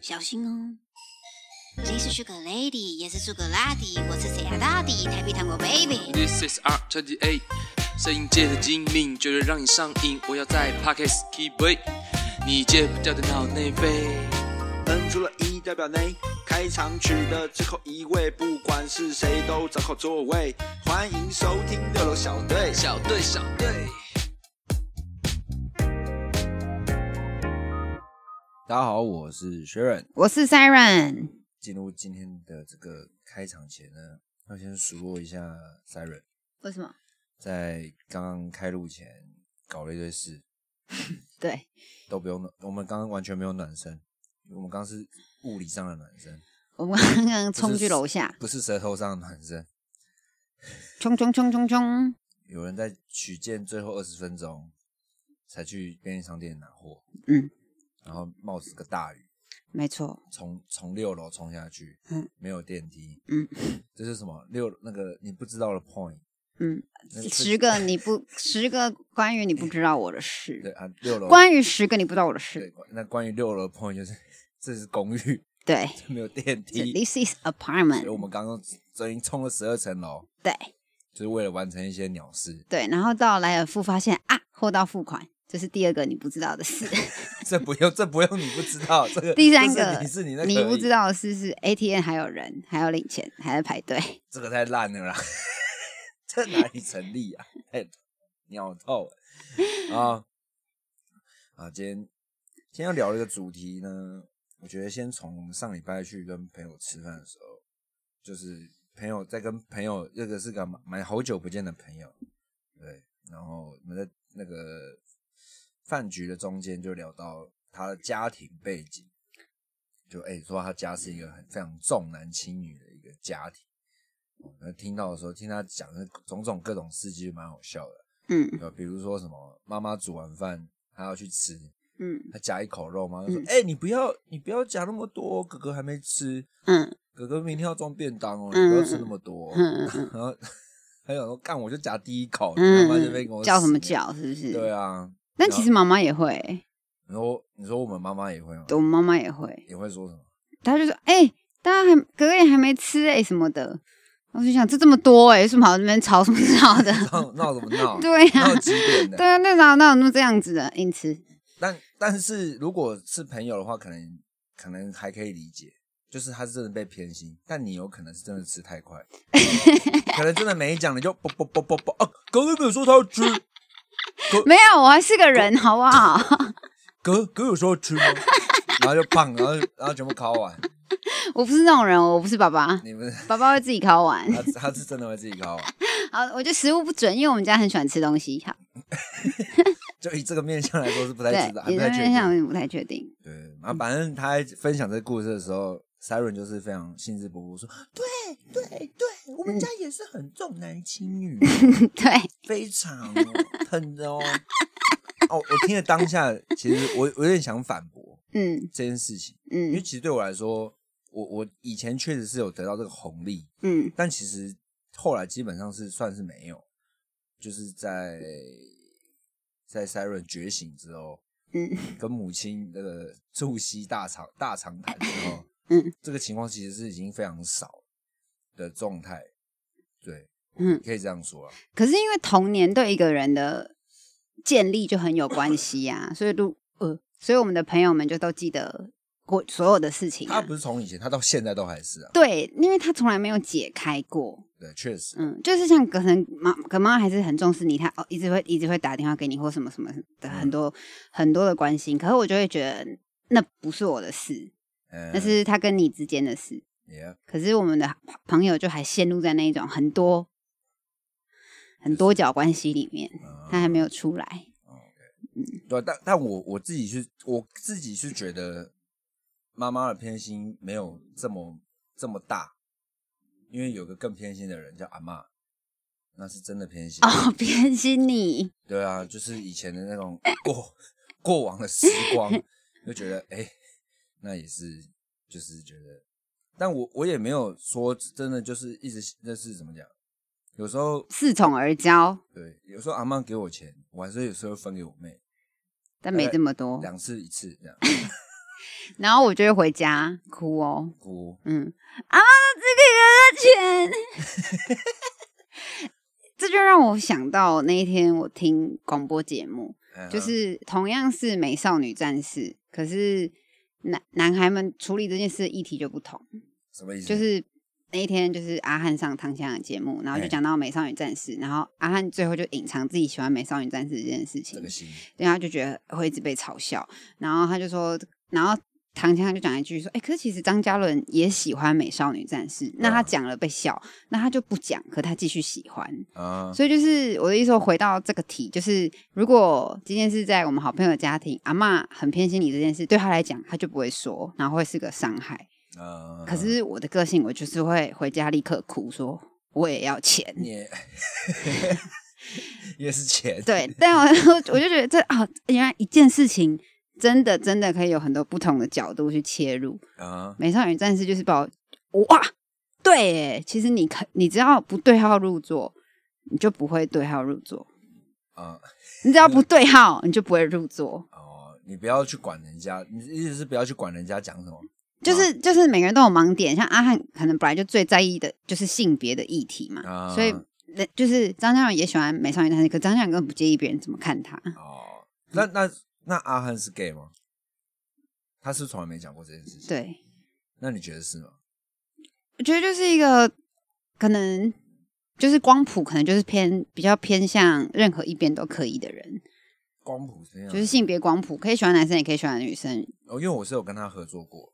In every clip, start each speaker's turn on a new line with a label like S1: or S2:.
S1: 小心哦。你是 Sugar Lady，也是 Sugar Daddy，我是谁啊 Daddy，台北糖果 Baby。
S2: This is R 2 8 A，摄影界的精明，绝对让你上瘾。我要在 Pockets keep way，你戒不掉的脑内啡。
S3: 摁出了一代表内。开场曲的最后一位，不管是谁都找好座位。欢迎收听六楼小队。
S2: 小队，小队。
S3: 大家好，我是 Sharon。
S4: 我是 Siren，
S3: 进入今天的这个开场前呢，要先数落一下 Siren，
S4: 为什么？
S3: 在刚刚开录前搞了一堆事，
S4: 对，
S3: 都不用暖，我们刚刚完全没有暖身，我们刚刚是物理上的暖身，
S4: 我们刚刚
S3: 不是
S4: 冲去楼下，
S3: 不是舌头上的暖身。
S4: 冲冲冲冲冲，
S3: 有人在取件最后二十分钟才去便利商店拿货，
S4: 嗯，
S3: 然后冒着个大雨，
S4: 没错，
S3: 从从六楼冲下去，
S4: 嗯，
S3: 没有电梯，
S4: 嗯，
S3: 这是什么六那个你不知道的 point，
S4: 嗯，
S3: 那个
S4: 十个你不，十个关于你不知道我的
S3: 对
S4: 事，
S3: 啊六楼
S4: 关于十个你不知道我的
S3: 对
S4: 事，
S3: 关那关于六楼的 point 就是这是公寓，
S4: 对
S3: 这没有电
S4: 这
S3: 梯，
S4: ，This is
S3: 所以
S4: apartment，
S3: 我们刚刚已经冲了十二层楼，
S4: 对
S3: 就是为了完成一些鸟事，
S4: 对，然后到莱尔富发现啊，后到付款，这是第二个你不知道 的事，
S3: 这不用这不用你不知道，这个
S4: 第三
S3: 这
S4: 个
S3: 是你是你那
S4: 你
S3: 个
S4: 不知
S3: 而已
S4: 道的事是 ATM 还有人，还要领钱，还在排队，
S3: 这个太烂了啦， 这哪里成立啊？太鸟透了啊！啊，今天今天要聊一个主题呢，我觉得先从我们上礼拜去跟朋友吃饭的时候，就是朋友在跟朋友，这个是个蛮蛮好久不见的朋友，对，然后我们在那个饭局的中间就聊到他的家庭背景，就哎、说他家是一个很非常重男轻女的一个家庭。然后呃听到的时候，听他讲的种种各种事迹，蛮好笑的。
S4: 嗯
S3: 呃，比如说什么妈妈煮完饭，他要去吃，
S4: 嗯
S3: 他夹一口肉嘛，妈妈说
S4: 嗯：“
S3: 哎、你不要，你不要夹那么多哦，哥哥还没吃，
S4: 嗯
S3: 哥哥明天要装便当哦，你
S4: 嗯
S3: 不要吃那么多哦。
S4: 嗯嗯
S3: 然后 还有说：“干，我就夹第一口，你他妈就被
S4: 嗯
S3: 跟我，
S4: 叫什么
S3: 死
S4: 叫是不是？
S3: 对，啊，
S4: 但其实妈妈也会、欸
S3: 你说你说我们妈妈也会吗？
S4: 我妈妈也会，
S3: 也会说什么？
S4: 她就说：“哎、大家还哥哥也还没吃哎、什么的。”我就想这这么多哎、有什么好在那边吵什么吵 的？
S3: 闹闹什么闹？
S4: 对啊呀、
S3: 闹几点的？
S4: 对啊，那哪哪有那么这样子的硬吃？
S3: 但但是如果是朋友的话，可能可能还可以理解，就是他是真的被偏心，但你有可能是真的吃太 快，可能真的没讲你就啵啵啵啵啵啊，哥哥没有说他要吃，
S4: 没有，我还是个人，好不好？
S3: 哥哥有说要吃吗？然后就胖，然后然后全部烤完，
S4: 我不是那种人，我不是爸爸，
S3: 你们
S4: 爸爸会自己 烤完。
S3: 他他是真的会自己烤完，
S4: 好，我觉得食物不准，因为我们家很喜欢吃东西。好，
S3: 就以这个面相来说是不太
S4: 对
S3: 知道，，还
S4: 你
S3: 不
S4: 的
S3: 太确
S4: 面向有
S3: 定。
S4: 点不太确定。
S3: 对，然后反正他在分享这个故事的时候，Siren 就是非常兴致勃勃说，对对对，
S4: 嗯
S3: 我们家也是很重男轻女。
S4: 对，
S3: 非常哦很哦。哦，我听了当下，其实我我有点想反驳
S4: 嗯
S3: 这件事情，因为
S4: 嗯
S3: 其实对我来说，我我以前确实是有得到这个红利，
S4: 嗯
S3: 但其实后来基本上是算是没有，就是在在 Siren 觉醒之后，
S4: 嗯，
S3: 跟母亲那个促膝大长大长谈之后，
S4: 嗯，
S3: 这个情况其实是已经非常少的状态，对，
S4: 嗯，
S3: 可以这样说啊，
S4: 可是因为童年对一个人的建立就很有关系呀、所以如呃，所以我们的朋友们就都记得过所有的事情、
S3: 他
S4: 啊
S3: 不。是从以前，他到现在都还是啊。
S4: 对，因为他从来没有解开过，
S3: 对，确实，
S4: 嗯，就是像可能妈，可妈还是很重视你，她哦一直会一直会打电话给你或什么什么
S3: 嗯
S4: 的，很多、很多的关心。可是我就会觉得那不是我的事，
S3: 嗯，
S4: 那是他跟你之间的事。
S3: 也嗯
S4: 可是我们的朋友就还陷入在那一种很多很多角关系里面，
S3: 嗯
S4: 他还没有出来。
S3: 对，啊但但我我自己是我自己是觉得妈妈的偏心没有这么这么大，因为有个更偏心的人叫阿嬷，那是真的偏心。
S4: 哦， 偏心你，
S3: 对啊，就是以前的那 种过过往的时光，就觉得哎、那也是就是觉得，但我我也没有说真的就是一直那是怎么讲，有时候
S4: 恃宠而骄，
S3: 对，有时候阿妈给我钱，我还是有时候分给我妹，
S4: 但没这么多。
S3: 两次一次这样。
S4: 然后我就会回家哭哦，
S3: 哭，
S4: 嗯，阿妈这个给我钱， 这就让我想到那一天我听广播节目，
S3: 嗯哼
S4: 就是同样是美少女战士，可是男男孩们处理这件事的议题就不同，
S3: 什么意思？
S4: 就是那一天就是阿汉上唐香的节目，然后就
S3: 哎
S4: 讲到美少女战士，然后阿汉最后就隐藏自己喜欢美少女战士这件事情
S3: 这个，心，
S4: 对，他就觉得会一直被嘲笑，然后他就说，然后唐强就讲一句说，哎、可是其实张嘉伦也喜欢美少女战士，那他
S3: 对啊
S4: 讲了被笑，那他就不讲，可他继续喜欢，
S3: 啊，
S4: 所以就是我的意思说，回到这个题，就是如果今天是在我们好朋友的家庭，阿嬷很偏心你这件事，对他来讲，他就不会说，然后会是个伤害。
S3: 啊
S4: 可是我的个性，我就是会回家立刻哭说。我也要钱，
S3: 你也也是钱，
S4: 对，但我我就觉得这啊，原来一件事情真的真的可以有很多不同的角度去切入。
S3: 啊，
S4: 美少女战士就是把我哇，对耶，其实你可你只要不对号入座，你就不会对号入座；
S3: 啊，
S4: 你只要不对号，你就不会入座。
S3: 哦，你不要去管人家，你意思是不要去管人家讲什么？
S4: 就是就是每个人都有盲点，像阿汉可能本来就最在意的就是性别的议题嘛，
S3: 啊
S4: 所以那就是张嘉伦也喜欢美少女战士，可张嘉伦根本不介意别人怎么看他。
S3: 哦，那那那阿汉是 gay 吗？他是不是从来没讲过这件事情。，
S4: 对，
S3: 那你觉得是吗？
S4: 我觉得就是一个可能就是光谱，可能就是偏比较偏向任何一边都可以的人，
S3: 光谱这样，
S4: 就是性别光谱，可以喜欢男生，也可以喜欢女生。
S3: 哦，因为我是有跟他合作过，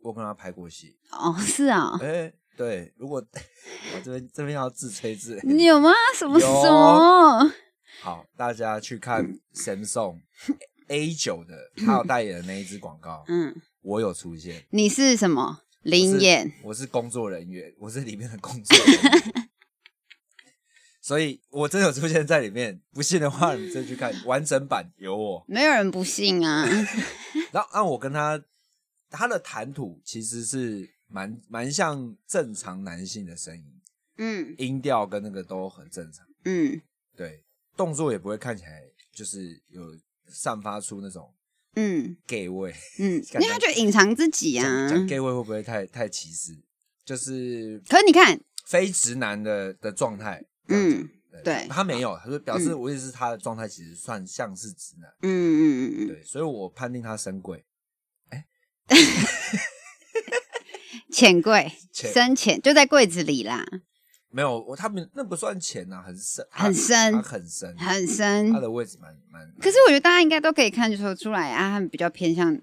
S3: 我有跟他拍过戏。
S4: 哦，是啊，
S3: 哎、对，如果我这边这边要自吹自擂，
S4: 你有吗？什么
S3: 有
S4: 什么？
S3: 好，大家去看 Samsung A 九的，他有代言的那一支广告，
S4: 嗯，
S3: 我有出现。
S4: 你是什么
S3: 我
S4: 灵
S3: 是
S4: 眼？
S3: 我是工作人员，我是里面的工作人员，所以我真的有出现在里面。不信的话，你再去看完整版有我。
S4: 没有人不信啊。
S3: 然后，那我跟他他的谈吐其实是蛮蛮像正常男性的声音，
S4: 嗯
S3: 音调跟那个都很正常，
S4: 嗯
S3: 对，动作也不会看起来就是有散发出那种
S4: 嗯
S3: gay 味。
S4: 嗯，因
S3: 感觉
S4: 为他就隐藏自己啊
S3: 讲。讲 gay 味会不会太太歧视？就是
S4: 可是你看，
S3: 非直男的的状态。
S4: 嗯对
S3: 他没有，他说表示
S4: 嗯
S3: 我也是他的状态，其实算像是直男，
S4: 嗯嗯嗯嗯，
S3: 对，所以我判定他神鬼
S4: 浅柜
S3: 浅
S4: 深浅就在柜子里啦，
S3: 没有，我他们那不算浅呐、啊，很深，他
S4: 很深
S3: 他很深，
S4: 很深
S3: 嗯他。的位置蛮蛮。
S4: 可是我觉得大家应该都可以看出出来，阿汉比较偏向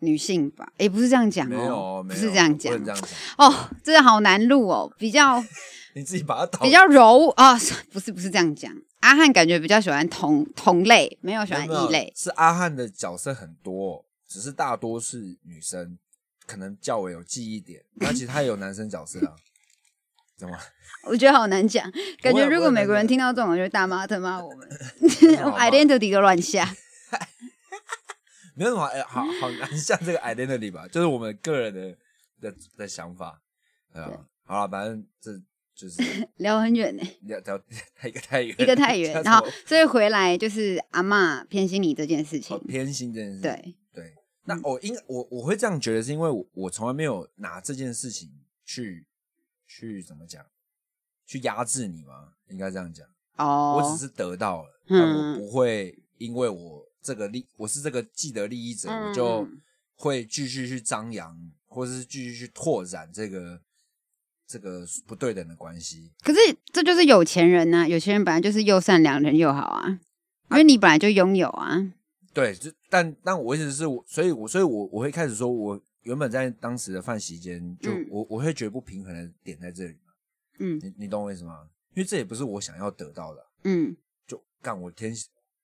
S4: 女性吧？也不是这样讲
S3: 没
S4: 哦
S3: 有，，没
S4: 不
S3: 有
S4: 是这样
S3: 不
S4: 讲
S3: 能这样讲，
S4: 哦，真的好难录哦，比较
S3: 你自己把它 倒
S4: 比较柔啊、不是不是这样讲。阿汉感觉比较喜欢同同类，没有喜欢
S3: 没有
S4: 异类。
S3: 是阿汉的角色很多，只是大多是女生，可能较为有记忆点。那其实他也有男生角色啊， 懂吗？
S4: 我觉得好难讲，感觉如果美国人
S3: 不会
S4: 听到这种，就会大骂特骂我们
S3: 好吧
S4: ，identity 都乱下。
S3: 没有什么，哎、好好难像这个 identity 吧，就是我们个人的的的想法，对啊
S4: 对，
S3: 好了，反正这就是
S4: 聊很远呢、
S3: 聊聊一个太远，
S4: 一个太
S3: 叫
S4: 远。
S3: 什
S4: 然
S3: 么
S4: 后所以回来就是阿嬷偏心你这件事情
S3: 哦，偏心这件事，
S4: 对，嗯
S3: 对。那我应我我会这样觉得，是因为我我从来没有拿这件事情去去怎么讲，去压制你吗？应该这样讲，嗯
S4: 哦，
S3: 我只是得到了，
S4: 嗯
S3: 但我不会因为我这个利我是这个既得利益者，
S4: 嗯
S3: 我就会继续去张扬，或者是继续去拓展这个这个不对等的关系。
S4: 可是这就是有钱人呐、有钱人本来就是又善良人又好啊，因为你本来就拥有啊。
S3: 对，就但但我意思是我，所以我所以我我会开始说，我原本在当时的饭席间，就、
S4: 嗯
S3: 我我会觉得不平衡的点在这里嘛
S4: 嗯
S3: 你你懂我意思吗？因为这也不是我想要得到的啊，
S4: 嗯，
S3: 就干我天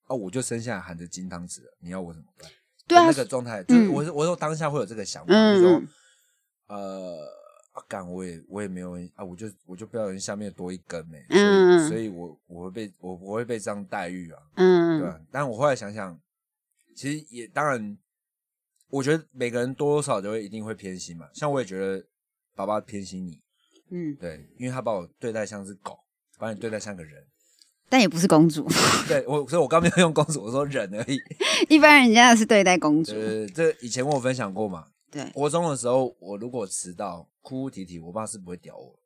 S3: 哦，我就生下来含着金汤匙了，你要我怎么办？
S4: 对啊
S3: 那，个状态，就是
S4: 嗯
S3: 我是我说当下会有这个想法，
S4: 嗯
S3: 嗯、说
S4: 嗯
S3: 呃，啊干、我也我也没有人啊，我就我就不小心下面多一根没、
S4: 嗯嗯
S3: 所以所以我我会被我我会被这样待遇啊，对
S4: 嗯
S3: 吧、但我后来想想，其实也当然，我觉得每个人多多少少都会一定会偏心嘛，像我也觉得爸爸偏心你，
S4: 嗯，
S3: 对，因为他把我对待像是狗，把你对待像个人，
S4: 但也不是公主，
S3: 对我，所以我刚没有用公主，我说人而已。
S4: 一般人家是对待公主，
S3: 呃，这以前我有分享过嘛，
S4: 对，
S3: 国中的时候，我如果迟到，哭哭啼啼，我爸是不会屌我。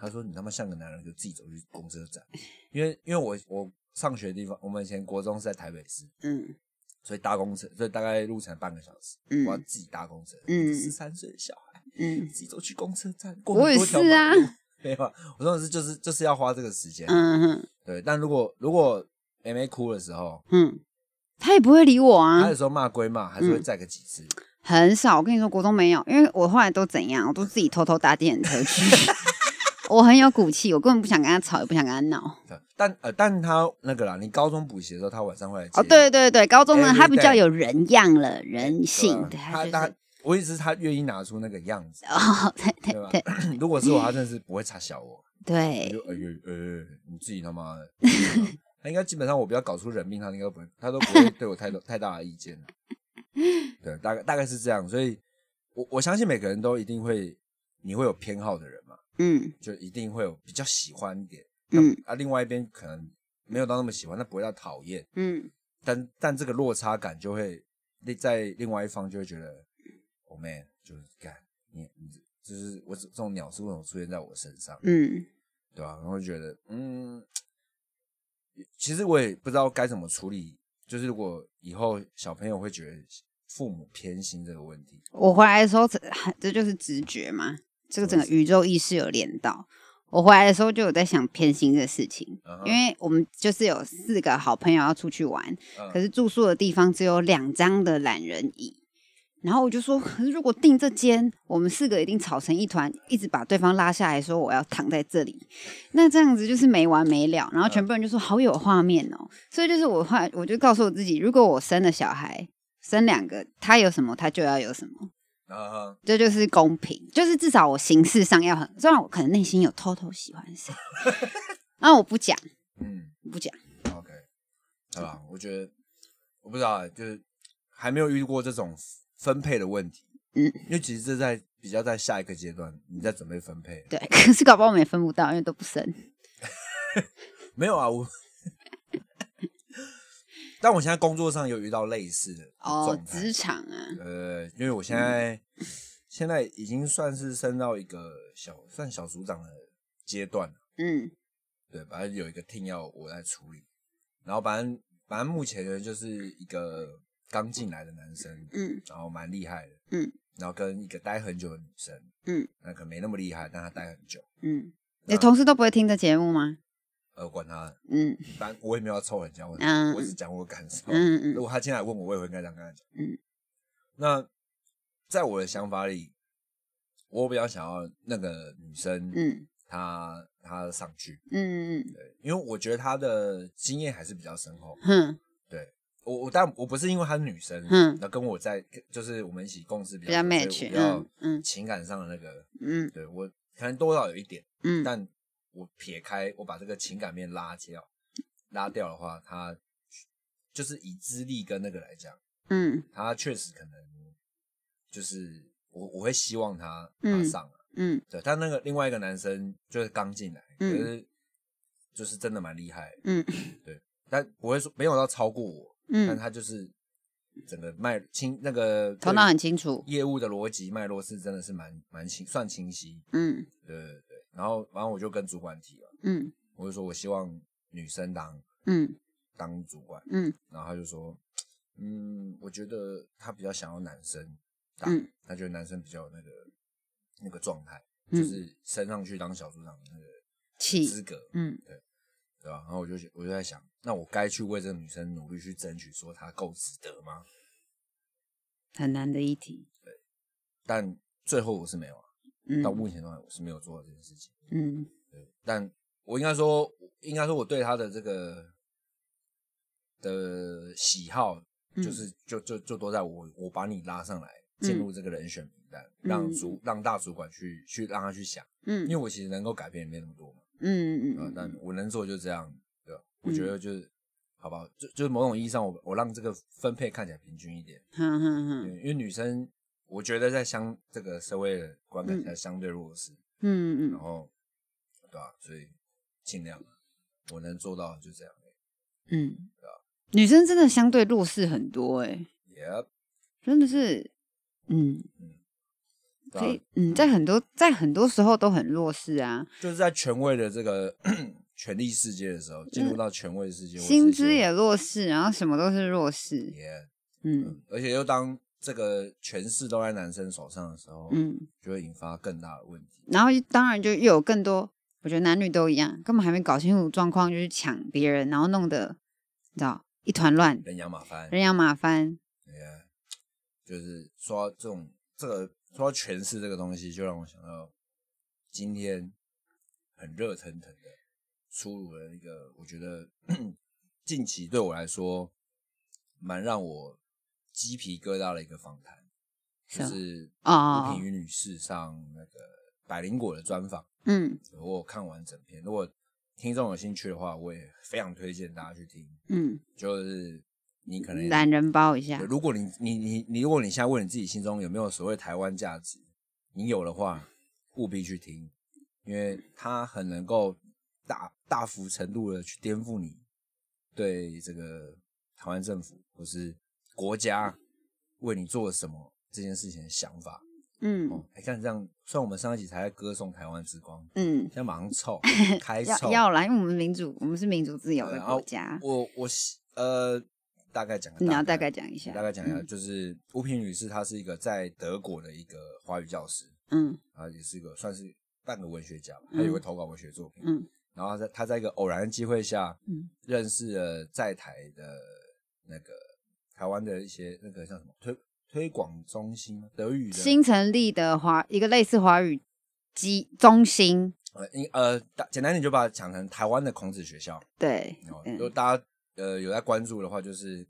S3: 他说：“你他妈像个男人，就自己走去公车站。”因为因为我我上学的地方，我们以前国中是在台北市，
S4: 嗯
S3: 所以搭公车，所以大概路程半个小时，
S4: 嗯
S3: 我要自己搭公车。
S4: 嗯
S3: 十三岁的小孩
S4: 嗯
S3: 自己走去公车站，过
S4: 我
S3: 很
S4: 也
S3: 多条
S4: 是
S3: 马
S4: 啊
S3: 路， 没有啊，我说的是就是就是要花这个时间。
S4: 嗯哼
S3: 对，但如果如果 M A 哭的时候，
S4: 嗯，他也不会理我
S3: 他
S4: 啊嗯
S3: 有，时候骂归骂，还是会载个几次。
S4: 很少。我跟你说，国中没有，因为我后来都怎样，我都自己偷偷搭电 车去。我很有骨气，我根本不想跟他吵，也不想跟他闹。
S3: 对但呃，但他那个啦，你高中补习的时候，他晚上会来接
S4: 哦，对对对，嗯高中呢，
S3: Every
S4: 他比较
S3: day
S4: 有人样了，人
S3: 对
S4: 性，
S3: 啊
S4: 对，
S3: 他
S4: 就
S3: 他
S4: 是，
S3: 我意思是他愿意拿出那个样子，
S4: 哦，对对
S3: 对吧
S4: 对？
S3: 如果是我，他真的是不会插小 我，我
S4: 对
S3: 就，哎呦呃，你自己他妈的，他应该基本上我不要搞出人命，他应该不会，他都不会对我太 多太大的意见。对，大概大概是这样，所以我我相信每个人都一定会，你会有偏好的人嘛，
S4: 嗯
S3: 就一定会有比较喜欢一点，
S4: 嗯
S3: 啊，另外一边可能没有到那么喜欢，但不会到讨厌，
S4: 嗯，
S3: 但但这个落差感就会另在另外一方就会觉得，我、oh、man 就是干你你就是我这这种鸟是为什么出现在我身上，
S4: 嗯
S3: 对吧、然后觉得嗯，其实我也不知道该怎么处理，就是如果以后小朋友会觉得父母偏心这个问题，
S4: 我回来的时候，这这就是直觉嘛，这个整个宇宙意识有连到。我回来的时候就有在想偏心的事情，
S3: 嗯哼
S4: 因为我们就是有四个好朋友要出去玩，
S3: 嗯
S4: 可是住宿的地方只有两张的懒人椅。然后我就说，可是如果订这间，我们四个一定吵成一团，一直把对方拉下来说我要躺在这里，那这样子就是没完没了。然后全部人就说好有画面哦，所以就是我后来我就告诉我自己，如果我生了小孩，生两个，他有什么他就要有什么。
S3: 然后
S4: 这就是公平，就是至少我形式上要很，虽然我可能内心有偷偷喜欢谁，那我不讲，
S3: 嗯
S4: 不讲，
S3: ，OK，对吧？我觉得我不知道啊，就是还没有遇过这种分配的问题，
S4: 嗯
S3: 因为其实这在比较在下一个阶段，你在准备分配。
S4: 对。可是搞不好我们也分不到，因为都不生。
S3: 没有啊，我。 但我现在工作上有遇到类似的
S4: 哦
S3: 状，态
S4: 职场啊，
S3: 呃，因为我现在、现在已经算是升到一个小算小组长的阶段了，
S4: 嗯
S3: 对，反正有一个 team 要我来处理，然后反正反正目前呢就是一个刚进来的男生，
S4: 嗯
S3: 然后蛮厉害的，
S4: 嗯，
S3: 然后跟一个待很久的女生，
S4: 嗯，
S3: 那可能没那么厉害，但她待很久，
S4: 嗯，
S3: 对
S4: 你
S3: 啊
S4: 同事都不会听这节目吗？
S3: 呃，管她的，
S4: 嗯
S3: 反正我也没有要凑人家，我、
S4: 嗯
S3: 我只讲我感受，
S4: 嗯 嗯
S3: 如果他进来哦问我，我也会跟他讲，跟他讲。
S4: 嗯，
S3: 那在我的想法里，我比较想要那个女生，
S4: 嗯
S3: 她她上去，
S4: 嗯嗯
S3: 对，因为我觉得她的经验还是比较深厚。
S4: 哼，
S3: 我我但我不是因为她是女生，
S4: 嗯
S3: 那跟我在就是我们一起共事比
S4: 比较
S3: 久所以我
S4: match，
S3: 比
S4: 嗯
S3: 较
S4: 嗯
S3: 情感上的那个，
S4: 嗯
S3: 对我可能多少有一点，
S4: 嗯
S3: 但我撇开，我把这个情感面拉掉，拉掉的话，他就是以资历跟那个来讲，
S4: 嗯
S3: 他确实可能就是我我会希望他
S4: 嗯
S3: 他上啊、
S4: 嗯
S3: 对，但那个另外一个男生就是刚进来，
S4: 嗯
S3: 可是就是真的蛮厉害的，
S4: 嗯
S3: 但不会说没有到超过我，但
S4: 嗯，
S3: 他就是整个脉清那个
S4: 头脑很清楚。
S3: 业务的逻辑脉络是真的是蛮蛮清算清晰，
S4: 嗯
S3: 对对对，然后然后我就跟主管提了。
S4: 嗯
S3: 我就说我希望女生当
S4: 嗯
S3: 当主管，
S4: 嗯
S3: 然后他就说，嗯，我觉得他比较想要男生当，
S4: 嗯
S3: 他觉得男生比较有那个那个状态，就
S4: 嗯，
S3: 是升上去当小组长的那个
S4: 气，
S3: 资格，
S4: 嗯
S3: 对吧、然后我就我就在想，那我该去为这个女生努力去争取，说她够值得吗？
S4: 很难的一题。
S3: 但最后我是没有啊，
S4: 嗯
S3: 到目前的话我是没有做到这件事情。
S4: 嗯
S3: 对，但我应该说，应该说我对他的这个的喜好，
S4: 嗯
S3: 就是就就就都在我我把你拉上来，
S4: 嗯
S3: 进入这个人选名单，
S4: 嗯
S3: 让主让大主管去去让他去想，
S4: 嗯
S3: 因为我其实能够改变也没那么多嘛，
S4: 嗯
S3: 啊
S4: 嗯，
S3: 但我能做就这样，对吧？我觉得就是。好吧，就就是某种意义上我，我让这个分配看起来平均一点，
S4: 哼哼哼。
S3: 因为女生，我觉得在相这个社会的观感下相对弱势，
S4: 嗯
S3: 然
S4: 嗯，
S3: 后，对吧、所以尽量。我能做到的就这样。
S4: 嗯，
S3: 啊
S4: 女生真的相对弱势很多哎、
S3: Yep，
S4: 真的是，嗯，
S3: 对啊
S4: 可以，嗯，在很多在很多时候都很弱势啊，
S3: 就是在权威的这个 权力世界的时候，进入到权威的世界，
S4: 薪资也弱势，然后什么都是弱势，
S3: 也
S4: 嗯
S3: 而且又当这个权势都在男生手上的时候，
S4: 嗯，
S3: 就会引发更大的问题。
S4: 然后当然就又有更多，我觉得男女都一样，根本还没搞清楚状况就去抢别人，然后弄得你知道一团乱，
S3: 人仰马翻，
S4: 人仰马翻，
S3: Yeah，就是说到这种这个说到权势这个东西，就让我想到今天很热腾腾的出炉了一个，我觉得 近期对我来说蛮让我鸡皮疙瘩的一个访谈，
S4: 什
S3: 就
S4: 么
S3: 是
S4: 哦
S3: 吴品瑜女士上那个百灵果的专访，
S4: 嗯
S3: 我有看完整篇，如果听众有兴趣的话，我也非常推荐大家去听，
S4: 嗯，
S3: 就是你可能也
S4: 懒人包一下
S3: 对，如果你你你你，如果你现在问你自己心中有没有所谓台湾价值，你有的话，务必去听，因为它很能够大大幅程度的去颠覆你对这个台湾政府或是国家为你做了什么这件事情的想法。
S4: 嗯
S3: 哦，哎，看这样，虽然我们上一集才在歌颂台湾之光，
S4: 嗯
S3: 现，在马上 臭开
S4: 要
S3: 臭，
S4: 要来，因为我们民主，我们是民主自由的
S3: 然后
S4: 国家，
S3: 我我希呃，大概讲个，
S4: 你要大概讲一下，
S3: 大概讲一下，
S4: 嗯
S3: 就是吴平女士，她是一个在德国的一个华语教师，
S4: 嗯
S3: 啊，也是一个算是半个文学家吧，
S4: 嗯
S3: 她有个投稿文学作品，
S4: 嗯
S3: 然后她在她在一个偶然的机会下
S4: 嗯
S3: 认识了在台的那个台湾的一些那个叫什么推推广中心吗德语的
S4: 新成立的华一个类似华语基中心，
S3: 呃应呃大简单点就把它讲成台湾的孔子学校，
S4: 对，
S3: 哦，
S4: 嗯
S3: 如果大家呃有在关注的话，就是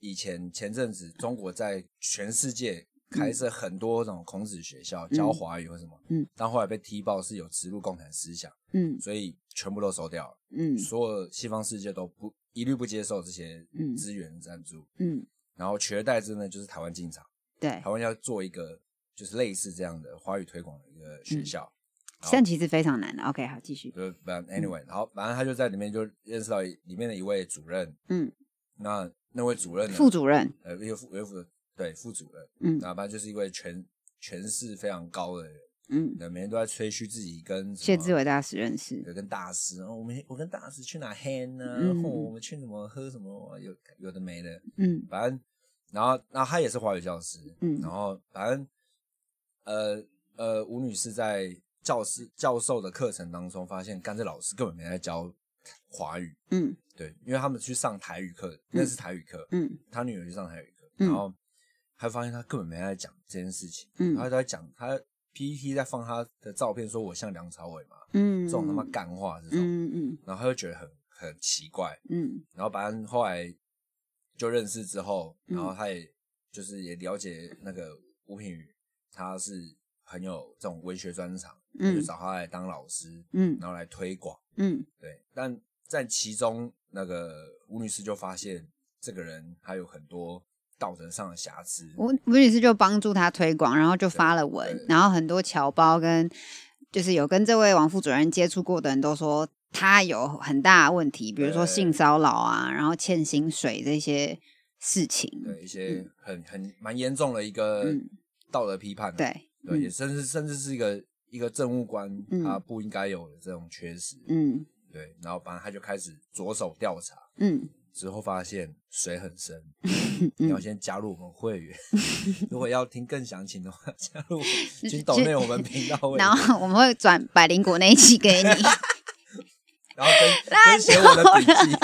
S3: 以前前阵子中国在全世界开设很多这种孔子学校、教华语或什么，
S4: 嗯，
S3: 但后来被踢爆是有植入共产思想，
S4: 嗯
S3: 所以全部都收掉了，
S4: 嗯
S3: 所有西方世界都不一律不接受这些
S4: 嗯
S3: 资源赞助，
S4: 嗯，
S3: 然后取而代之呢就是台湾进场，
S4: 对
S3: 台，湾要做一个就是类似这样的华语推广的一个
S4: 嗯
S3: 学校。好
S4: 但其实非常难的。OK，好，继续，
S3: 就反
S4: 嗯
S3: 正 anyway，然后反正他就在里面就认识到一里面的一位主任，
S4: 嗯，
S3: 那那位主任呢
S4: 副主任，
S3: 呃，一个副一个副对副主任，
S4: 嗯
S3: 哪怕就是一位权权势非常高的人，
S4: 嗯，
S3: 那每天都在吹嘘自己跟什
S4: 谢
S3: 么
S4: 志伟大师认识，
S3: 对跟大师，哦、我们我跟大师去哪 hand 呢、
S4: 嗯
S3: 或我们去什么喝什么，有有的没的，
S4: 嗯
S3: 反正然后然后他也是华语教师，
S4: 嗯
S3: 然后反正呃呃吴女士在教师教授的课程当中发现，甘蔗老师根本没在教华语，
S4: 嗯
S3: 对，因为他们去上台语课，那是台语课，
S4: 嗯
S3: 他女儿去上台语课，
S4: 嗯
S3: 然后他发现他根本没在讲这件事情，
S4: 嗯
S3: 然后他在讲他 PPT 在放他的照片，说我像梁朝伟嘛，
S4: 嗯，
S3: 这种他妈干话这种，
S4: 嗯嗯
S3: 然后他就觉得很很奇怪，
S4: 嗯
S3: 然后反正后来就认识之后，
S4: 嗯
S3: 然后他也就是也了解那个吴品宇，他是很有这种文学专长，他就
S4: 嗯
S3: 找他来当老师，
S4: 嗯
S3: 然后来推广。
S4: 嗯
S3: 对，但在其中，那个吴女士就发现这个人还有很多道德上的瑕疵。
S4: 吴吴女士就帮助他推广，然后就发了
S3: 对
S4: 文，然后很多侨胞跟就是有跟这位王副主任接触过的人都说他有很大的问题，比如说
S3: 对
S4: 性骚扰啊，然后欠薪水这些事情。
S3: 对一些很很蛮严重的一个
S4: 嗯
S3: 道德批判、啊，
S4: 对，
S3: 对，也甚至甚至是一个一个政务官
S4: 嗯
S3: 他不应该有的这种缺失，
S4: 嗯
S3: 对，然后反正他就开始着手调查，
S4: 嗯
S3: 之后发现水很深，你要
S4: 嗯，
S3: 先加入我们会 员，如果要听更详情的话， 加入请抖
S4: 就
S3: 内我们频道 会员，
S4: 然后我们会转百灵果那一期给你。
S3: 然后 跟跟写我的笔记，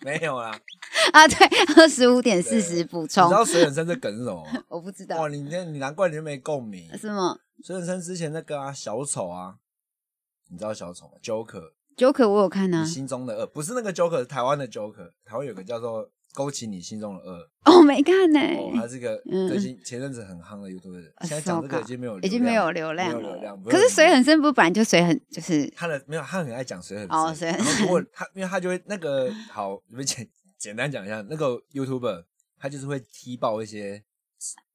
S3: 没有啦。
S4: 啊，对，二十五点四十补充
S3: 你知，道哦水很深这梗是什么 吗？
S4: 我不知
S3: 哇，
S4: 道
S3: 你那你难怪你就没共鸣。
S4: 什么
S3: 水很深之前那个啊，小丑啊，你知道小丑吗？Joker，、
S4: Joker 我有看啊
S3: 你，心中的恶，不是那个 Joker，是台湾的 Joker，台湾有个叫做勾起你心中的恶，
S4: 哦没看呢、
S3: 哦，他是个
S4: 嗯
S3: 最近前阵子很夯的 YouTube，人
S4: 啊
S3: 现在讲这个
S4: so-ga
S3: 已经没有
S4: 已经没有流
S3: 量
S4: 量
S3: 了，没
S4: 了。
S3: 有流量。不
S4: 可是水很深不是本来就水很就是
S3: 他的没有，他很爱讲水很深。
S4: 哦水很
S3: 然后如果他，因为他就会那个好，我们简简单讲一下，那个 YouTuber 他就是会踢爆一些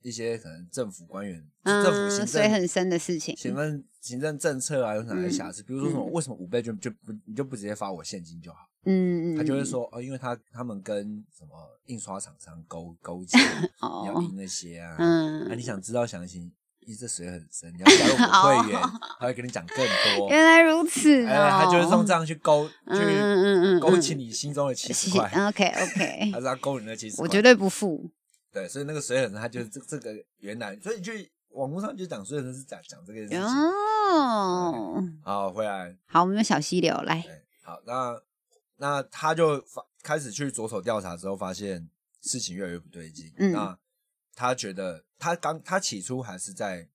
S3: 一些可能政府官员、政府行
S4: 嗯水
S3: 政
S4: 很深的事情。
S3: 行政行政政策啊有哪些瑕疵，比如说什么
S4: 嗯
S3: 为什么五倍券就不你就不直接发我现金就好？
S4: 嗯，
S3: 他就会说哦，因为他他们跟什么印刷厂商勾勾结，你要
S4: 哦
S3: 赢，那些啊，
S4: 嗯
S3: 那、，你想知道详情，一这水很深，你要加入我们会员，他会跟你讲更多。
S4: 哦 原来如此、哦，
S3: 哎，他就会用这样去勾，
S4: 嗯嗯嗯
S3: 去
S4: 嗯
S3: 勾起你心中的七十块，
S4: OK
S3: 他
S4: OK，
S3: 是要勾你那七十块。
S4: 我绝对不付。
S3: 对，所以那个水很深，他就是这这个原来，所以就网络上就讲水很深是讲讲这个事情。
S4: 哦，
S3: 好，回来，
S4: 好，我们有小溪流来，
S3: 对，好，那那他就发开始去着手调查之后，发现事情越来越不对劲。
S4: 嗯
S3: 那他觉得他刚他起初还是在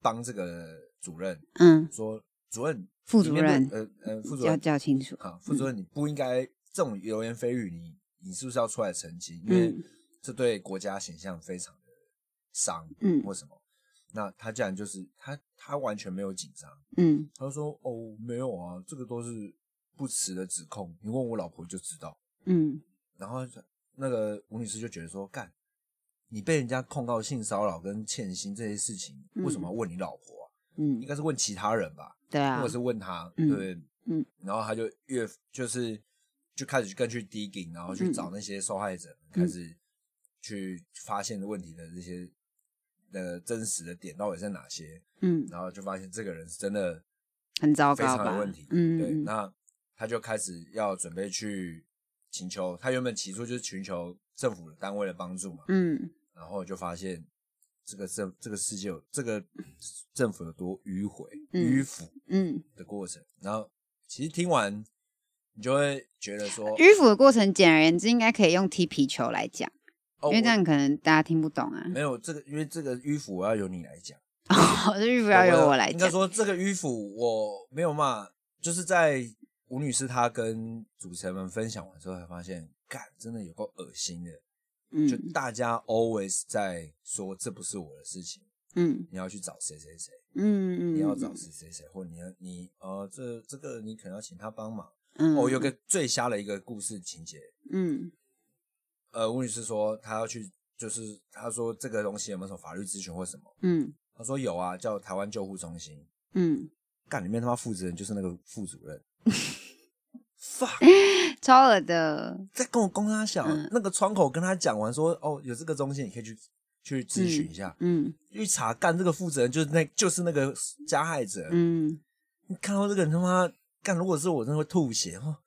S3: 帮这个主任
S4: 嗯，
S3: 说，主任，
S4: 副
S3: 你
S4: 主
S3: 面对
S4: 任
S3: 呃呃，副主
S4: 要
S3: 任，
S4: 叫清楚，嗯
S3: 好，副主任，你不应该这种流言蜚语，你你是不是要出来澄清？因为
S4: 嗯
S3: 这对国家形象非常的伤，
S4: 嗯
S3: 或什么。那他竟然就是他，他完全没有紧张，
S4: 嗯，
S3: 他就说：“哦，没有啊，这个都是不实的指控，你问我老婆就知道。
S4: 嗯”
S3: 然后那个吴女士就觉得说：“干，你被人家控告性骚扰跟欠薪这些事情，
S4: 嗯
S3: 为什么要问你老婆啊？应
S4: 嗯，
S3: 该是问其他人吧，
S4: 对啊
S3: 或者，是问他，
S4: 嗯
S3: 对不对？
S4: 嗯。
S3: 然后他就越就是就开始更去 digging，然后去
S4: 嗯
S3: 找那些受害者，
S4: 嗯
S3: 开始去发现问题的这些呃真实的点到底在哪些，
S4: 嗯，
S3: 然后就发现这个人是真的。”
S4: 很糟
S3: 非
S4: 糕
S3: 常有
S4: 吧
S3: 问题？。对，
S4: 嗯，嗯
S3: 那他就开始要准备去请求，他原本起初就是寻求政府单位的帮助嘛，
S4: 嗯，
S3: 然后就发现这个政这个世界有这个政府有多迂回、
S4: 嗯
S3: 迂腐
S4: 嗯，
S3: 的过程。然后其实听完，你就会觉得说，
S4: 迂腐的过程，简而言之，应该可以用踢皮球来讲，
S3: 哦，
S4: 因为这
S3: 我
S4: 样可能大家听不懂啊。
S3: 没有这个，因为这个迂腐我要由你来讲，
S4: 哦，这迂腐要 由我来
S3: 应
S4: 讲
S3: 该。说这个迂腐我没有嘛，就是在吴女士她跟主持人们分享完之后，才发现，干真的有够恶心的。就
S4: 嗯
S3: 大家 always 在说这不是我的事情，
S4: 嗯
S3: 你要去找谁谁谁，
S4: 嗯嗯，
S3: 你要找谁谁谁，或你要你呃这这个你可能要请他帮忙。
S4: 嗯
S3: 哦，有个最瞎的一个故事情节，
S4: 嗯
S3: 呃，吴女士说她要去，就是她说这个东西有没有什么法律咨询或什么？
S4: 嗯
S3: 她说有啊，叫台湾救护中心。
S4: 嗯，
S3: 干里面他妈负责人就是那个副主任。fuck，
S4: 超额的，
S3: 在跟我公他小、
S4: 嗯
S3: 那个窗口跟他讲完说，哦，有这个中心你可以去去咨询一下。
S4: 嗯
S3: 一查干这个负责人就是那就是那个加害者。
S4: 嗯，
S3: 你看到这个人他妈干，如果是我真的会吐血哦。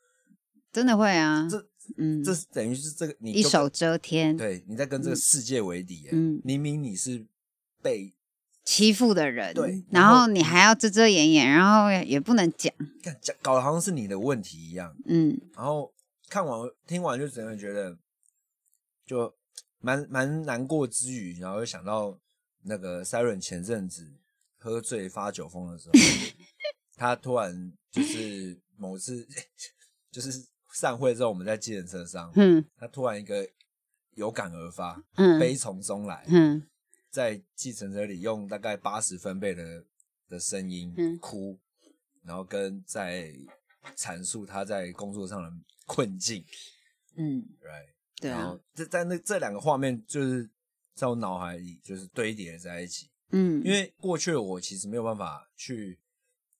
S4: 真的会啊。
S3: 这
S4: 嗯，
S3: 这是等于是这个你
S4: 一
S3: 就
S4: 手遮天，
S3: 对你在跟这个世界为敌耶、
S4: 嗯
S3: 明明你是被
S4: 欺负的人，
S3: 对
S4: 然
S3: 然后
S4: 后你还要遮遮掩掩，然后也不能讲，
S3: 干讲搞得好像是你的问题一样。
S4: 嗯
S3: 然后看完听完就只能觉得就蛮蛮难过之余，然后又想到那个 Siren 前阵子喝醉发酒疯的时候，他突然就是某次就是散会之后，我们在计程车上，
S4: 哼
S3: 他突然一个有感而发，
S4: 嗯
S3: 悲从中来，
S4: 哼
S3: 在计程车里用大概八十分贝的的声音
S4: 嗯
S3: 哭，然后跟在阐述他在工作上的困境
S4: 嗯，
S3: ，right？
S4: 对
S3: 然
S4: 啊
S3: 后，这在那这两个画面就是在我脑海里就是堆叠在一起，
S4: 嗯，
S3: 因为过去的我其实没有办法去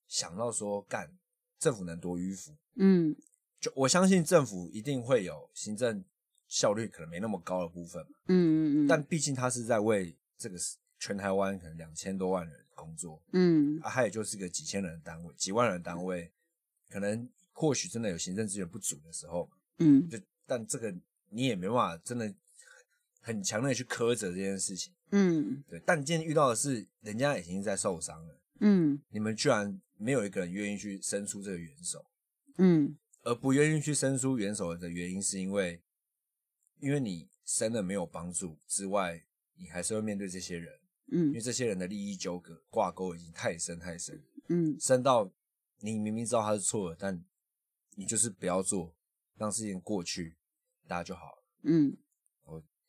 S3: 想到说干政府能多迂腐，
S4: 嗯
S3: 就我相信政府一定会有行政效率可能没那么高的部分嘛，
S4: 嗯嗯嗯，
S3: 但毕竟他是在为这个全台湾可能两千多万人工作，
S4: 嗯
S3: 啊，它也就是个几千人的单位、几万人的单位，可能或许真的有行政资源不足的时候，
S4: 嗯
S3: 就但这个你也没办法真的很强烈地去苛责这件事情。
S4: 嗯
S3: 对，但你今天遇到的是人家已经在受伤了，
S4: 嗯
S3: 你们居然没有一个人愿意去伸出这个援手，
S4: 嗯
S3: 而不愿意去伸出援手的原因是因为，因为你伸了没有帮助之外，你还是会面对这些人，因为
S4: 嗯
S3: 这些人的利益纠葛挂钩已经太深太深。
S4: 嗯
S3: 深到你明明知道他是错的，但你就是不要做，让事情过去，大家就好了。
S4: 嗯，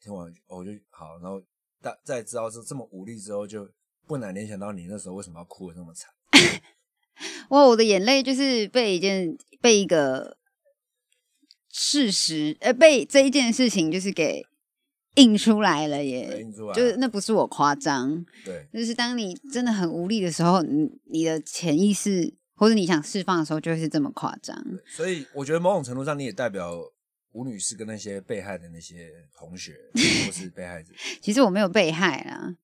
S3: 听完我就好，然后大再知道是这么无力之后，就不难联想到你那时候为什么要哭的那么惨。
S4: 哇，我的眼泪就是被一件被一个事实，呃，被这一件事情就是给印出来了
S3: 对，
S4: 耶，
S3: 哎你出来
S4: 哎就是那不是我夸张，
S3: 对
S4: 就是当你真的很无力的时候，你你的潜意识或者你想释放的时候，就会是这么夸张。
S3: 所以我觉得某种程度上，你也代表吴女士跟那些被害的那些同 学或是被害者，
S4: 其实我没有被害啦，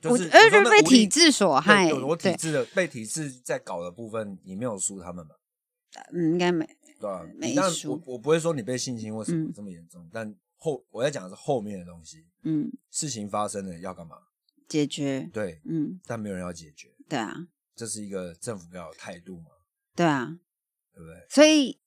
S3: 就
S4: 我
S3: 是
S4: 呃
S3: 我说
S4: 就是
S3: 那
S4: 被
S3: 无力
S4: 体制所
S3: 对
S4: 害
S3: 对我体
S4: 对
S3: 制的被体制在搞的部分，你没有输他们嘛？
S4: 嗯，应该没
S3: 对吧、
S4: 没
S3: 你当然
S4: 输
S3: 我我不会说你被性侵或什么
S4: 嗯
S3: 这么严重，但后我在讲的是后面的东西，
S4: 嗯
S3: 事情发生了要干嘛？
S4: 解决，
S3: 对，
S4: 嗯，
S3: 但没有人要解决，
S4: 对啊，
S3: 这是一个政府要有态度嘛，
S4: 对啊，
S3: 对不对？
S4: 所以，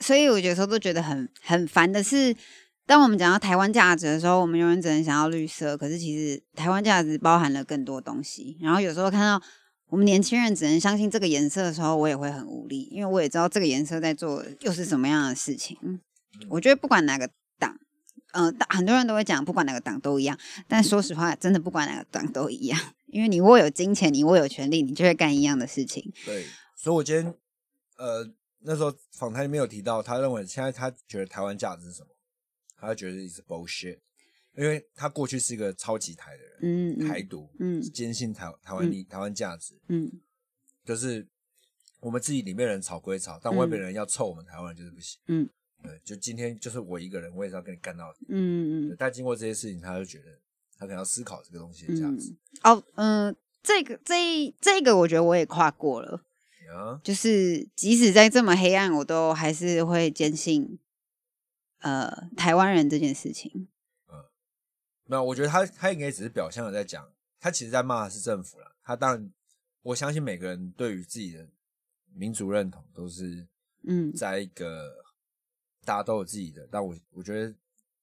S4: 所以我有时候都觉得很很烦的是，当我们讲到台湾价值的时候，我们永远只能想到绿色，可是其实台湾价值包含了更多东西。然后有时候看到我们年轻人只能相信这个颜色的时候，我也会很无力，因为我也知道这个颜色在做又是什么样的事情。我觉得不管哪个党。呃，大很多人都会讲，不管哪个党都一样。但说实话，真的不管哪个党都一样，因为你握有金钱，你握有权利，你就会干一样的事情。
S3: 对，所以我今天呃那时候访谈里面有提到，他认为现在他觉得台湾价值是什么？他觉得是 bullshit，因为他过去是一个超级台的人，
S4: 嗯
S3: 台
S4: 嗯
S3: 独，
S4: 嗯
S3: 坚信台台湾立、台湾价值，
S4: 嗯，
S3: 就是我们自己里面人吵归吵，但外边人要臭我们台湾人就是不行。
S4: 嗯，
S3: 对，就今天就是我一个人，我也是要跟你干到底。
S4: 嗯，
S3: 对但经过这些事情，他就觉得他可能要思考这个东西的价值
S4: 嗯，哦，嗯、这个这一这个我觉得我也跨过了，
S3: 啊。
S4: 就是即使在这么黑暗，我都还是会坚信，呃，台湾人这件事情。
S3: 没有，我觉得他他应该只是表象的在讲，他其实在骂的是政府啦。他当然，我相信每个人对于自己的民族认同都是
S4: 嗯
S3: 在一个大家都有自己的，但我我觉得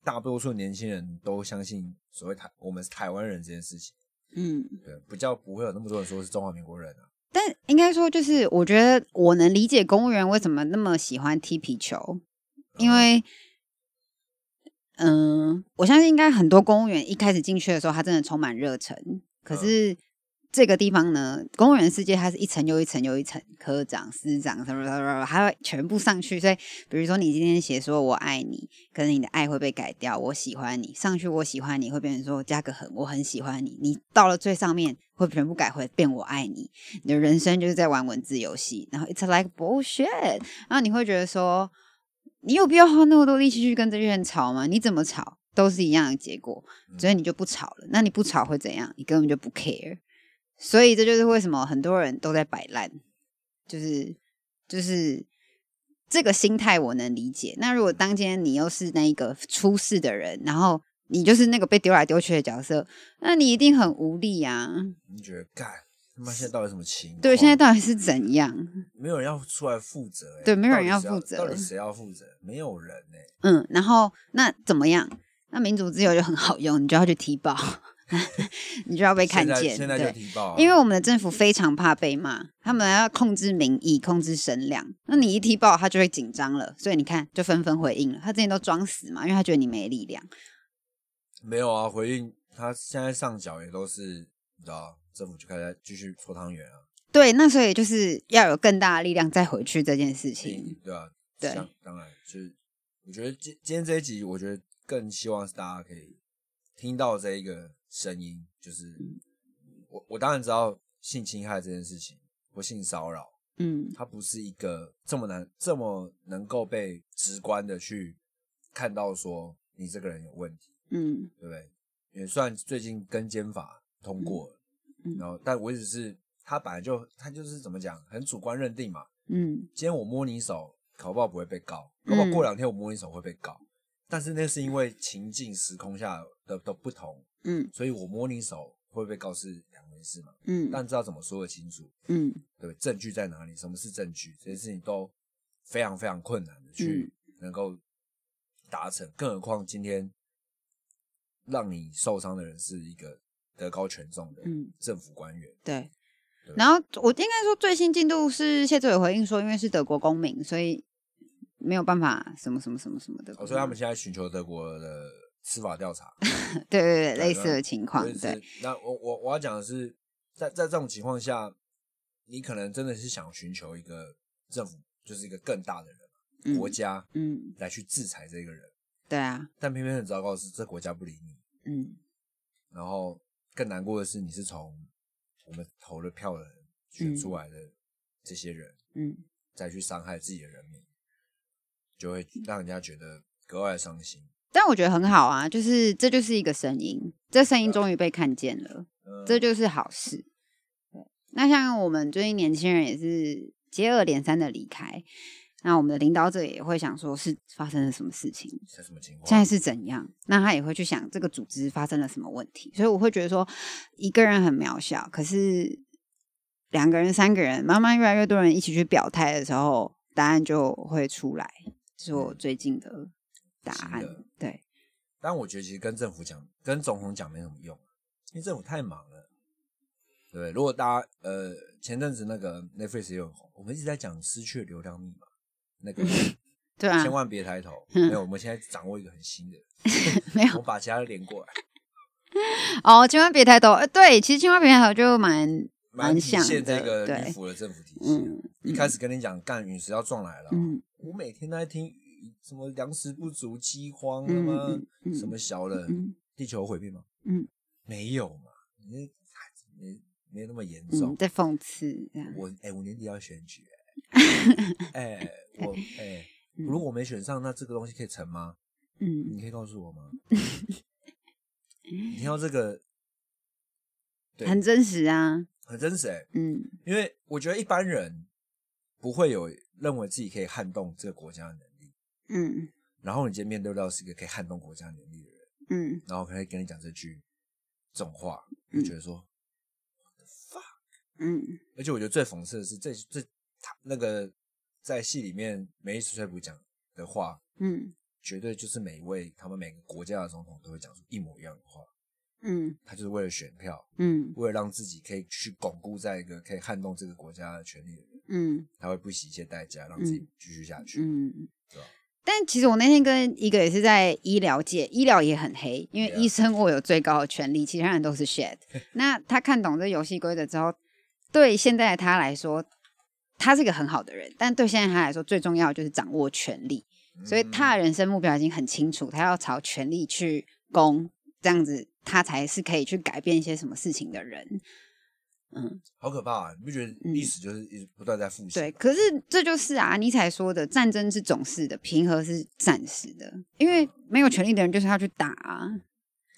S3: 大多数年轻人都相信所谓台我们是台湾人这件事情，
S4: 嗯，
S3: 对，不叫不会有那么多人说是中华民国人啊。
S4: 但应该说，就是我觉得我能理解公务员为什么那么喜欢踢皮球，因为，嗯、我相信应该很多公务员一开始进去的时候，他真的充满热忱。可是这个地方呢，公务员世界它是一层又一层又一层，科长、司长什么什么什么，还会全部上去。所以，比如说你今天写说我爱你，可是你的爱会被改掉，我喜欢你上去，我喜欢你会变成说加个很，我很喜欢你。你到了最上面会全部改回变我爱你，你的人生就是在玩文字游戏，然后 it's like bullshit，然后你会觉得说，你有必要花那么多力气去跟这些人吵吗？你怎么吵都是一样的结果，所以你就不吵了。那你不吵会怎样？你根本就不 care，所以这就是为什么很多人都在摆烂，就是就是这个心态我能理解。那如果当今天你又是那一个出事的人，然后你就是那个被丢来丢去的角色，那你一定很无力啊。
S3: 你觉得干他妈现在到底什么情况？
S4: 对，现在到底是怎样？
S3: 没有人要出来负责、欸，
S4: 对没有
S3: 到底
S4: 人要
S3: 谁
S4: 负责
S3: 到底谁要负责？没有人欸呢、
S4: 嗯，然后那怎么样？那民主自由就很好用，你就要去踢爆， 你就要 被看
S3: 现在
S4: 见。
S3: 现在就
S4: 对，
S3: 提报啊、
S4: 因为我们的政府非常怕被骂，他们要控制民意、控制声量。那你一踢爆，他就会紧张了，所以你看，就纷纷回应了。他之前都装死嘛，因为他觉得你没力量。
S3: 没有啊，回应他现在上缴也都是，你知道，政府就开始继续搓汤圆啊，
S4: 对，那所以就是要有更大的力量再回去这件事情。
S3: 对啊，
S4: 对
S3: 像当然就是，我觉得今今天这一集，我觉得更希望是大家可以听到这一个声音，就是
S4: 嗯
S3: 我我当然知道性侵害这件事情或性骚扰，
S4: 嗯
S3: 它不是一个这么难这么能够被直观的去看到说你这个人有问题。
S4: 嗯
S3: 对不对？也算最近跟监法通过了，
S4: 嗯嗯
S3: 然后但我只是他本来就他就是怎么讲，很主观认定嘛。
S4: 嗯
S3: 今天我摸你手，搞不好不会被告，搞不好
S4: 嗯
S3: 过两天我摸你手会被告。但是那是因为情境时空下的的不同，
S4: 嗯
S3: 所以我摸你手会被告是两回事嘛。
S4: 嗯
S3: 但知道怎么说得清楚，
S4: 嗯
S3: 对不对？证据在哪里？什么是证据？这些事情都非常非常困难的去能够达成，更何况今天让你受伤的人是一个德高权重的
S4: 嗯
S3: 政府官员，
S4: 对
S3: 对。
S4: 然后我应该说最新进度是谢志伟回应说，因为是德国公民，所以没有办法什么什么什么什么的。
S3: 哦，所以他们现在寻求德国的司法调查。
S4: 对对对
S3: 对啊
S4: 类似的情况
S3: 所以，是
S4: 对，
S3: 那我我我要讲的是，在在这种情况下，你可能真的是想寻求一个政府，就是一个更大的人、
S4: 嗯
S3: 国家
S4: 嗯，
S3: 来去制裁这个人，
S4: 对啊，
S3: 但偏偏很糟糕的是，这国家不理你。
S4: 嗯
S3: 然后更难过的是，你是从我们投了票的人选出来的这些人，
S4: 嗯，
S3: 再去伤害自己的人民，就会
S4: 嗯
S3: 让人家觉得格外伤心。
S4: 但我觉得很好啊，就是这就是一个声音，这声音
S3: 啊
S4: 终于被看见了，
S3: 嗯
S4: 这就是好事。对，那像我们最近年轻人也是接二连三的离开，那我们的领导者也会想说是发生了什么事情，
S3: 是什么情况？
S4: 现在是怎样？那他也会去想这个组织发生了什么问题，所以我会觉得说，一个人很渺小，可是两个人、三个人，慢慢越来越多人一起去表态的时候，答案就会出来。这是我最近的答案
S3: 是嗯的。
S4: 对，
S3: 但我觉得其实跟政府讲、跟总统讲没什么用，啊因为政府太忙了，对不对？如果大家呃前阵子那个 Netflix 也有红，我们一直在讲失去的流量密码，那个
S4: 对啊嗯
S3: 千，万别抬头，没有，我们现在掌握一个很新的，
S4: 没有
S3: 我们把其他的连过来，
S4: 哦，千万别抬头。呃，对，其实千万别抬头就蛮，
S3: 蛮
S4: 蛮
S3: 体
S4: 像的
S3: 现这个
S4: 对
S3: 迂腐的政府体系
S4: 嗯
S3: 的。一开始跟你讲干陨石要撞来了，
S4: 嗯
S3: 我每天都在听什么粮食不足、饥荒什
S4: 嗯
S3: 么、
S4: 嗯嗯
S3: 什么小的，
S4: 嗯
S3: 地球毁灭吗？
S4: 嗯，
S3: 没有嘛，你那没没那么严重
S4: 嗯，。在讽刺这样。
S3: 我哎、我年底要选 举、哎哎、我哎、如果我没选上，那这个东西可以成吗？
S4: 嗯
S3: 你可以告诉我吗？你听到这 个对
S4: 嗯，很真实啊。
S3: 很真实哎、
S4: 嗯
S3: 因为我觉得一般人不会有认为自己可以撼动这个国家的能力。
S4: 嗯
S3: 然后你今天面对到是一个可以撼动国家能力的人，
S4: 嗯，
S3: 然后可能会跟你讲这句这种话，就觉得说，
S4: 嗯，
S3: 而且我觉得最讽刺的是，这这他那个在戏里面梅丽史翠普讲的话，
S4: 嗯，
S3: 绝对就是每一位他们每个国家的总统都会讲出一模一样的话。
S4: 嗯，
S3: 他就是为了选票，
S4: 嗯，
S3: 为了让自己可以去巩固在一个可以撼动这个国家的权利的人，
S4: 嗯，
S3: 他会不惜一切代价让自己继续下去。
S4: 嗯
S3: 对吧。
S4: 但其实我那天跟一个也是在医疗界，医疗也很黑，因为
S3: Yeah
S4: 医生握有最高的权利，其他人都是 shit。那他看懂这游戏规则之后，对现在的他来说，他是一个很好的人，但对现在他来说，最重要的就是掌握权力。所以
S3: 嗯
S4: 他的人生目标已经很清楚，他要朝权力去攻，这样子他才是可以去改变一些什么事情的人。
S3: 好可怕、啊！你不觉得历史就是一直不断在复习？
S4: 嗯对，可是这就是啊，尼采说的，战争是总是的，平和是暂时的，因为没有权利的人就是要去打啊。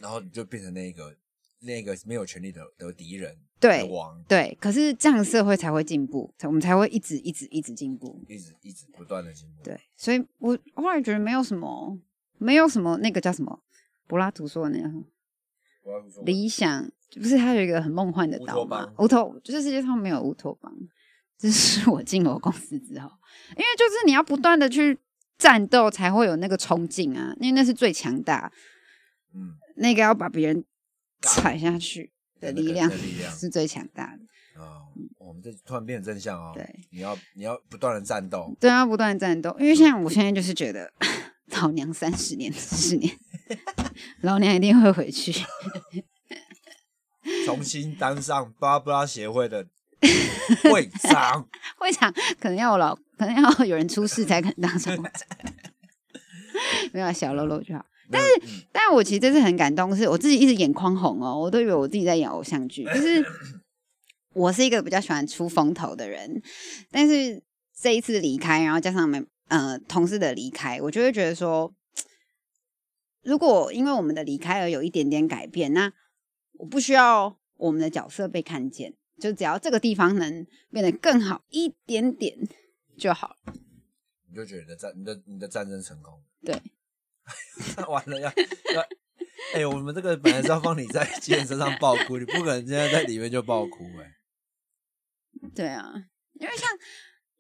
S3: 然后你就变成那个那个没有权利的的敌人，
S4: 对
S3: 的王，
S4: 对，可是这样社会才会进步，才我们才会一直一直一直进步。
S3: 一直一直不断的进步。
S4: 对，所以我后来觉得没有什么，没有什么那个叫什么柏拉图说的那样
S3: 我要说，
S4: 理想，不是他有一个很梦幻的
S3: 乌
S4: 岛
S3: 托
S4: 吗
S3: 邦？
S4: 乌托，这世界上没有乌托邦。这是我进我公司之后，因为就是你要不断的去战斗，才会有那个冲劲啊，因为那是最强大。
S3: 嗯，
S4: 那个要把别人踩下去的力量
S3: 的力量
S4: 是最强大的。
S3: 啊、我们这突然变得正向哦。
S4: 对，
S3: 你要你要不断的战斗，
S4: 对啊，不断战斗，因为
S3: 嗯
S4: 像我现在就是觉得，老娘三十年、四十年， 老娘一定会回去。
S3: 重新当上巴布拉协会 的会长。
S4: 会长可能要我老，可能要有人出事才肯当上 会长。没有啊小喽啰就好。
S3: 但是、嗯
S4: 但我其实这次很感动，是我自己一直眼眶红哦，我都以为我自己在演偶像剧。就是我是一个比较喜欢出风头的人，但是这一次离开，然后加上我们呃同事的离开，我就会觉得说，如果因为我们的离开而有一点点改变，那我不需要我们的角色被看见，就只要这个地方能变得更好一点点就好了。
S3: 你就觉得你的战你的你的战争成功。
S4: 对，
S3: 完了要要，哎、我们这个本来是要放你在基人身上爆哭，你不可能现在在里面就爆哭哎、
S4: 对啊，因为像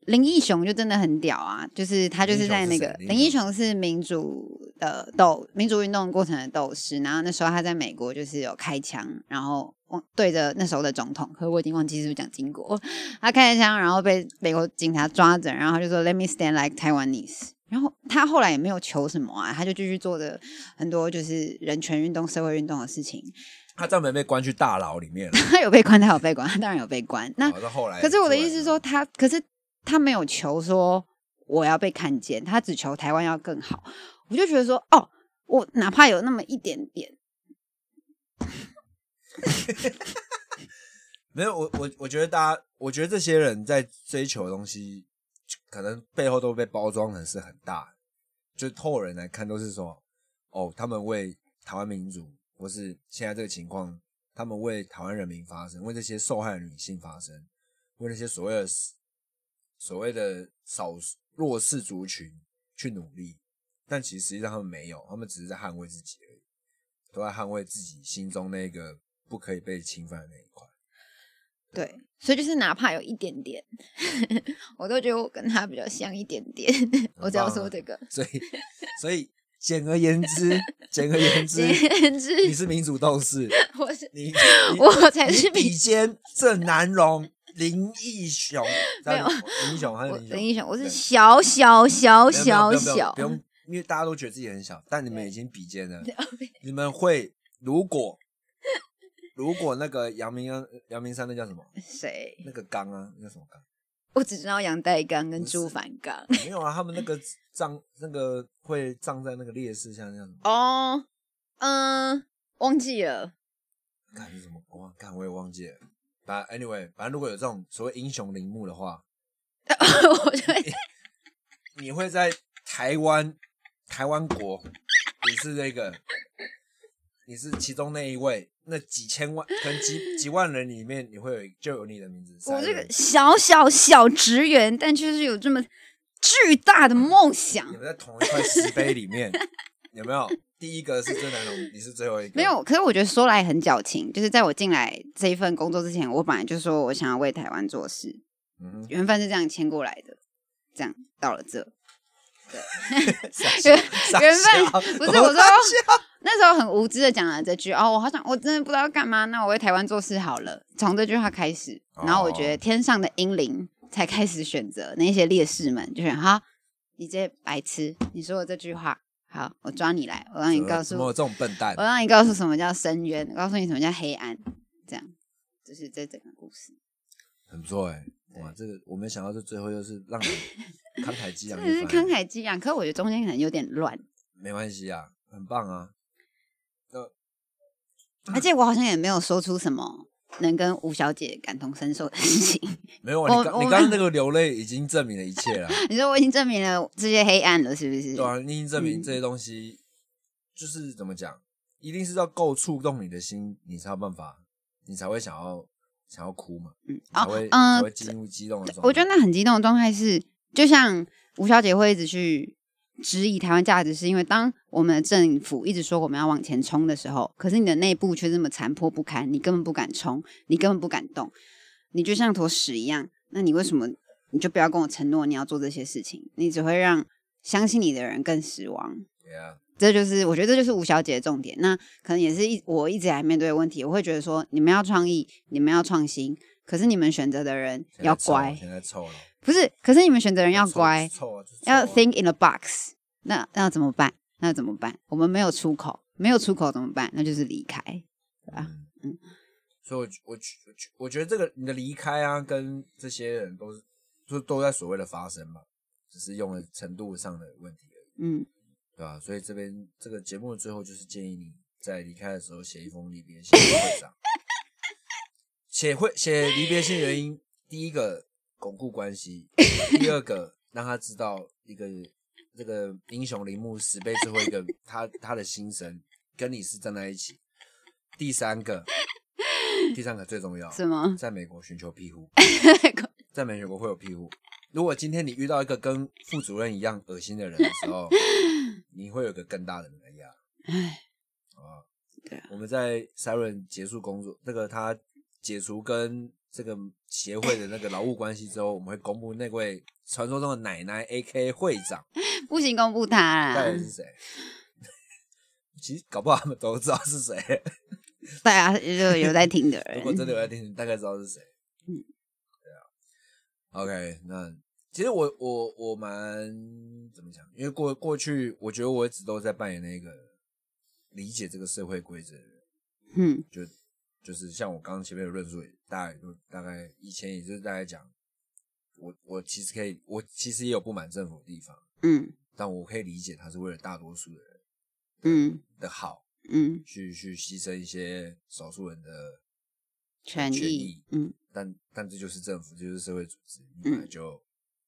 S4: 林义雄就真的很屌啊，就是他就是在那个
S3: 林
S4: 林
S3: 义
S4: 义
S3: 雄
S4: 雄是民主的斗民主运动过程的斗士，然后那时候他在美国就是有开枪，然后忘对着那时候的总统，可是我已经忘记是不是讲经国，他开了枪，然后被美国警察抓着，然后他就说 Let me stand like Taiwanese。然后他后来也没有求什么啊，他就继续做着很多就是人权运动、社会运动的事情。
S3: 他专门被关去大牢里面了。
S4: 他有被关，他有被关，他当然有被关。那
S3: 好到后来，啊
S4: 可是我的意思是
S3: 是
S4: 说他，可是他没有求说我要被看见，他只求台湾要更好。我就觉得说，哦，我哪怕有那么一点点，
S3: 没有，我我我觉得大家，我觉得这些人在追求的东西，可能背后都被包装成是很大的，就透人来看都是说，哦，他们为台湾民主，或是现在这个情况，他们为台湾人民发声，为这些受害的女性发声，为那些所谓的所谓的少数弱势族群去努力，但其实实际上他们没有，他们只是在捍卫自己而已，都在捍卫自己心中那个不可以被侵犯的那一块。
S5: 对，所以就是哪怕有一点点， 我都觉得我跟他比较像一点点。我只要
S3: 棒啊
S5: 说这个，
S3: 所以，所以简而言之，简而言之，
S5: 简直
S3: 你是民主斗士，
S5: 我是
S3: 你
S5: 我才是民
S3: 比肩郑南荣、林义 雄，
S5: 没有
S3: 林义雄还是
S5: 我
S3: 林
S5: 等
S3: 义
S5: 一
S3: 雄？
S5: 下，我是
S3: 对
S5: 小小小
S3: 没有
S5: 小
S3: 没有没有没有
S5: 小
S3: 不，用，因为大家都觉得自己很小，但你们已经比肩了，你们会如果。如果那个阳明山，阳明山那叫什么？
S5: 谁？
S3: 那个缸啊，那叫什么缸？
S5: 我只知道杨代刚跟
S3: 不是
S5: 朱凡刚。
S3: 没有啊，他们那个 葬，那个会葬在那个烈士像那叫什么？
S5: 哦，嗯，忘记了。
S3: 看是什么？我忘看我也忘记了。反正 anyway，反正如果有这种所谓英雄陵墓的话，
S5: 我就会
S3: 你会在台湾台湾国，你是那个，你是其中那一位，那几千万可能几几万人里面，你会有就有你的名字。
S5: 我这个
S3: 三人
S5: 小小小职员，但却是有这么巨大的
S3: 嗯
S5: 梦想
S3: 你。们在同一块石碑里面，有没有？第一个是郑南榕，你是最后一个。
S4: 没有，可是我觉得说来很矫情，就是在我进来这一份工作之前，我本来就说我想要为台湾做事，
S3: 嗯哼，
S4: 缘分是这样牵过来的，这样到了这，
S3: 原
S4: 原本不是我说那时候很无知的讲了这句哦，我好想，我真的不知道要干嘛，那我为台湾做事好了。从这句话开始，
S3: 哦
S4: 然后我觉得天上的英灵才开始选择那些烈士们，就选哈，你这白痴，你说我这句话，好，我抓你来，我让你告诉
S3: 我这种笨蛋
S4: 我，让你告诉什么叫深渊，告诉你什么叫黑暗，这样，就是这整个故事。
S3: 很不错哎、哇，这个我没想到，这最后又是让 你慷慨激
S4: 真
S3: 昂
S4: 的是
S3: 一
S4: 慷
S3: 番，
S4: 慨激昂，可我觉得中间可能有点乱，
S3: 没关系啊，很棒啊。
S4: 而且我好像也没有说出什么能跟吴小姐感同身受的事情。
S3: 没有啊，
S4: 我
S3: 你刚
S4: 我
S3: 你刚刚那个流泪已经证明了一切 了，啊
S4: 你说我已经证明了这些黑暗了，是不是？
S3: 对啊，你已经证明
S4: 嗯
S3: 这些东西就是怎么讲，一定是要够触动你的心，你才有办法，你才会想要想要哭嘛，
S4: 嗯，
S3: 才
S4: 哦
S3: 会，才
S4: 嗯、
S3: 会进入激动的状态。
S4: 我觉得那很激动的状态是，就像吴小姐会一直去质疑台湾价值，是因为当我们的政府一直说我们要往前冲的时候，可是你的内部却这么残破不堪，你根本不敢冲，你根本不敢动，你就像坨屎一样。那你为什么你就不要跟我承诺你要做这些事情？你只会让相信你的人更失望。
S3: 对啊，
S4: 这就是我觉得这就是吴小姐的重点。那可能也是一我一直以来面对的问题，我会觉得说你们要创意，你们要创新，可是你们选择的人
S3: 现在
S4: 要
S3: 臭了
S4: 乖，
S3: 现在臭了，
S4: 不是？可是你们选择的人要
S3: 臭
S4: 乖，
S3: 臭啊，就臭啊
S4: 要 think in a box 那。那怎么办？那怎么办？我们没有出口，没有出口怎么办？那就是离开。啊
S3: 嗯，所以我觉我觉我觉我觉得这个你的离开啊，跟这些人都是就都在所谓的发生嘛，只是用了程度上的问题而已，
S4: 嗯，
S3: 对吧、所以这边这个节目的最后就是建议你在离开的时候写一封离别信给会长，写会写离别信原因，第一个巩固关系，第二个让他知道一个这个英雄陵墓石碑最后一个他他的心声跟你是站在一起，第三个。第三个最重要，
S4: 什么？
S3: 在美国寻求庇 护，在美国会有庇护。如果今天你遇到一个跟副主任一样恶心的人的时 候，你会有一个更大的能压。
S4: 唉，
S3: 啊，
S4: 对啊
S3: 我们在 Siren 结束工作，那个他解除跟这个协会的那个劳务关系之后，我们会公布那位传说中的奶奶 A.K. 会长
S4: 不行，公布他
S3: 到
S4: 啦
S3: 底。是谁。 其实搞不好他们都知道是谁，
S4: 对啊，就有在听的
S3: 如果真
S4: 人，
S3: 的有在听，你大概知道是谁。嗯，对啊。OK，那其实我我我蛮怎么讲？因为过过去，我觉得我一直都在扮演那个理解这个社会规则的人，
S4: 嗯，
S3: 就就是像我刚刚前面有论述，大概就大概以前也就是大概讲，我我其实可以，我其实也有不满政府的地方，
S4: 嗯
S3: 但我可以理解他是为了大多数的人
S4: 嗯
S3: 的好，
S4: 嗯
S3: 去去牺牲一些少数人的
S4: 权
S3: 权
S4: 益
S3: 益，
S4: 嗯，
S3: 但但这就是政府，这就是社会组织，你本来就、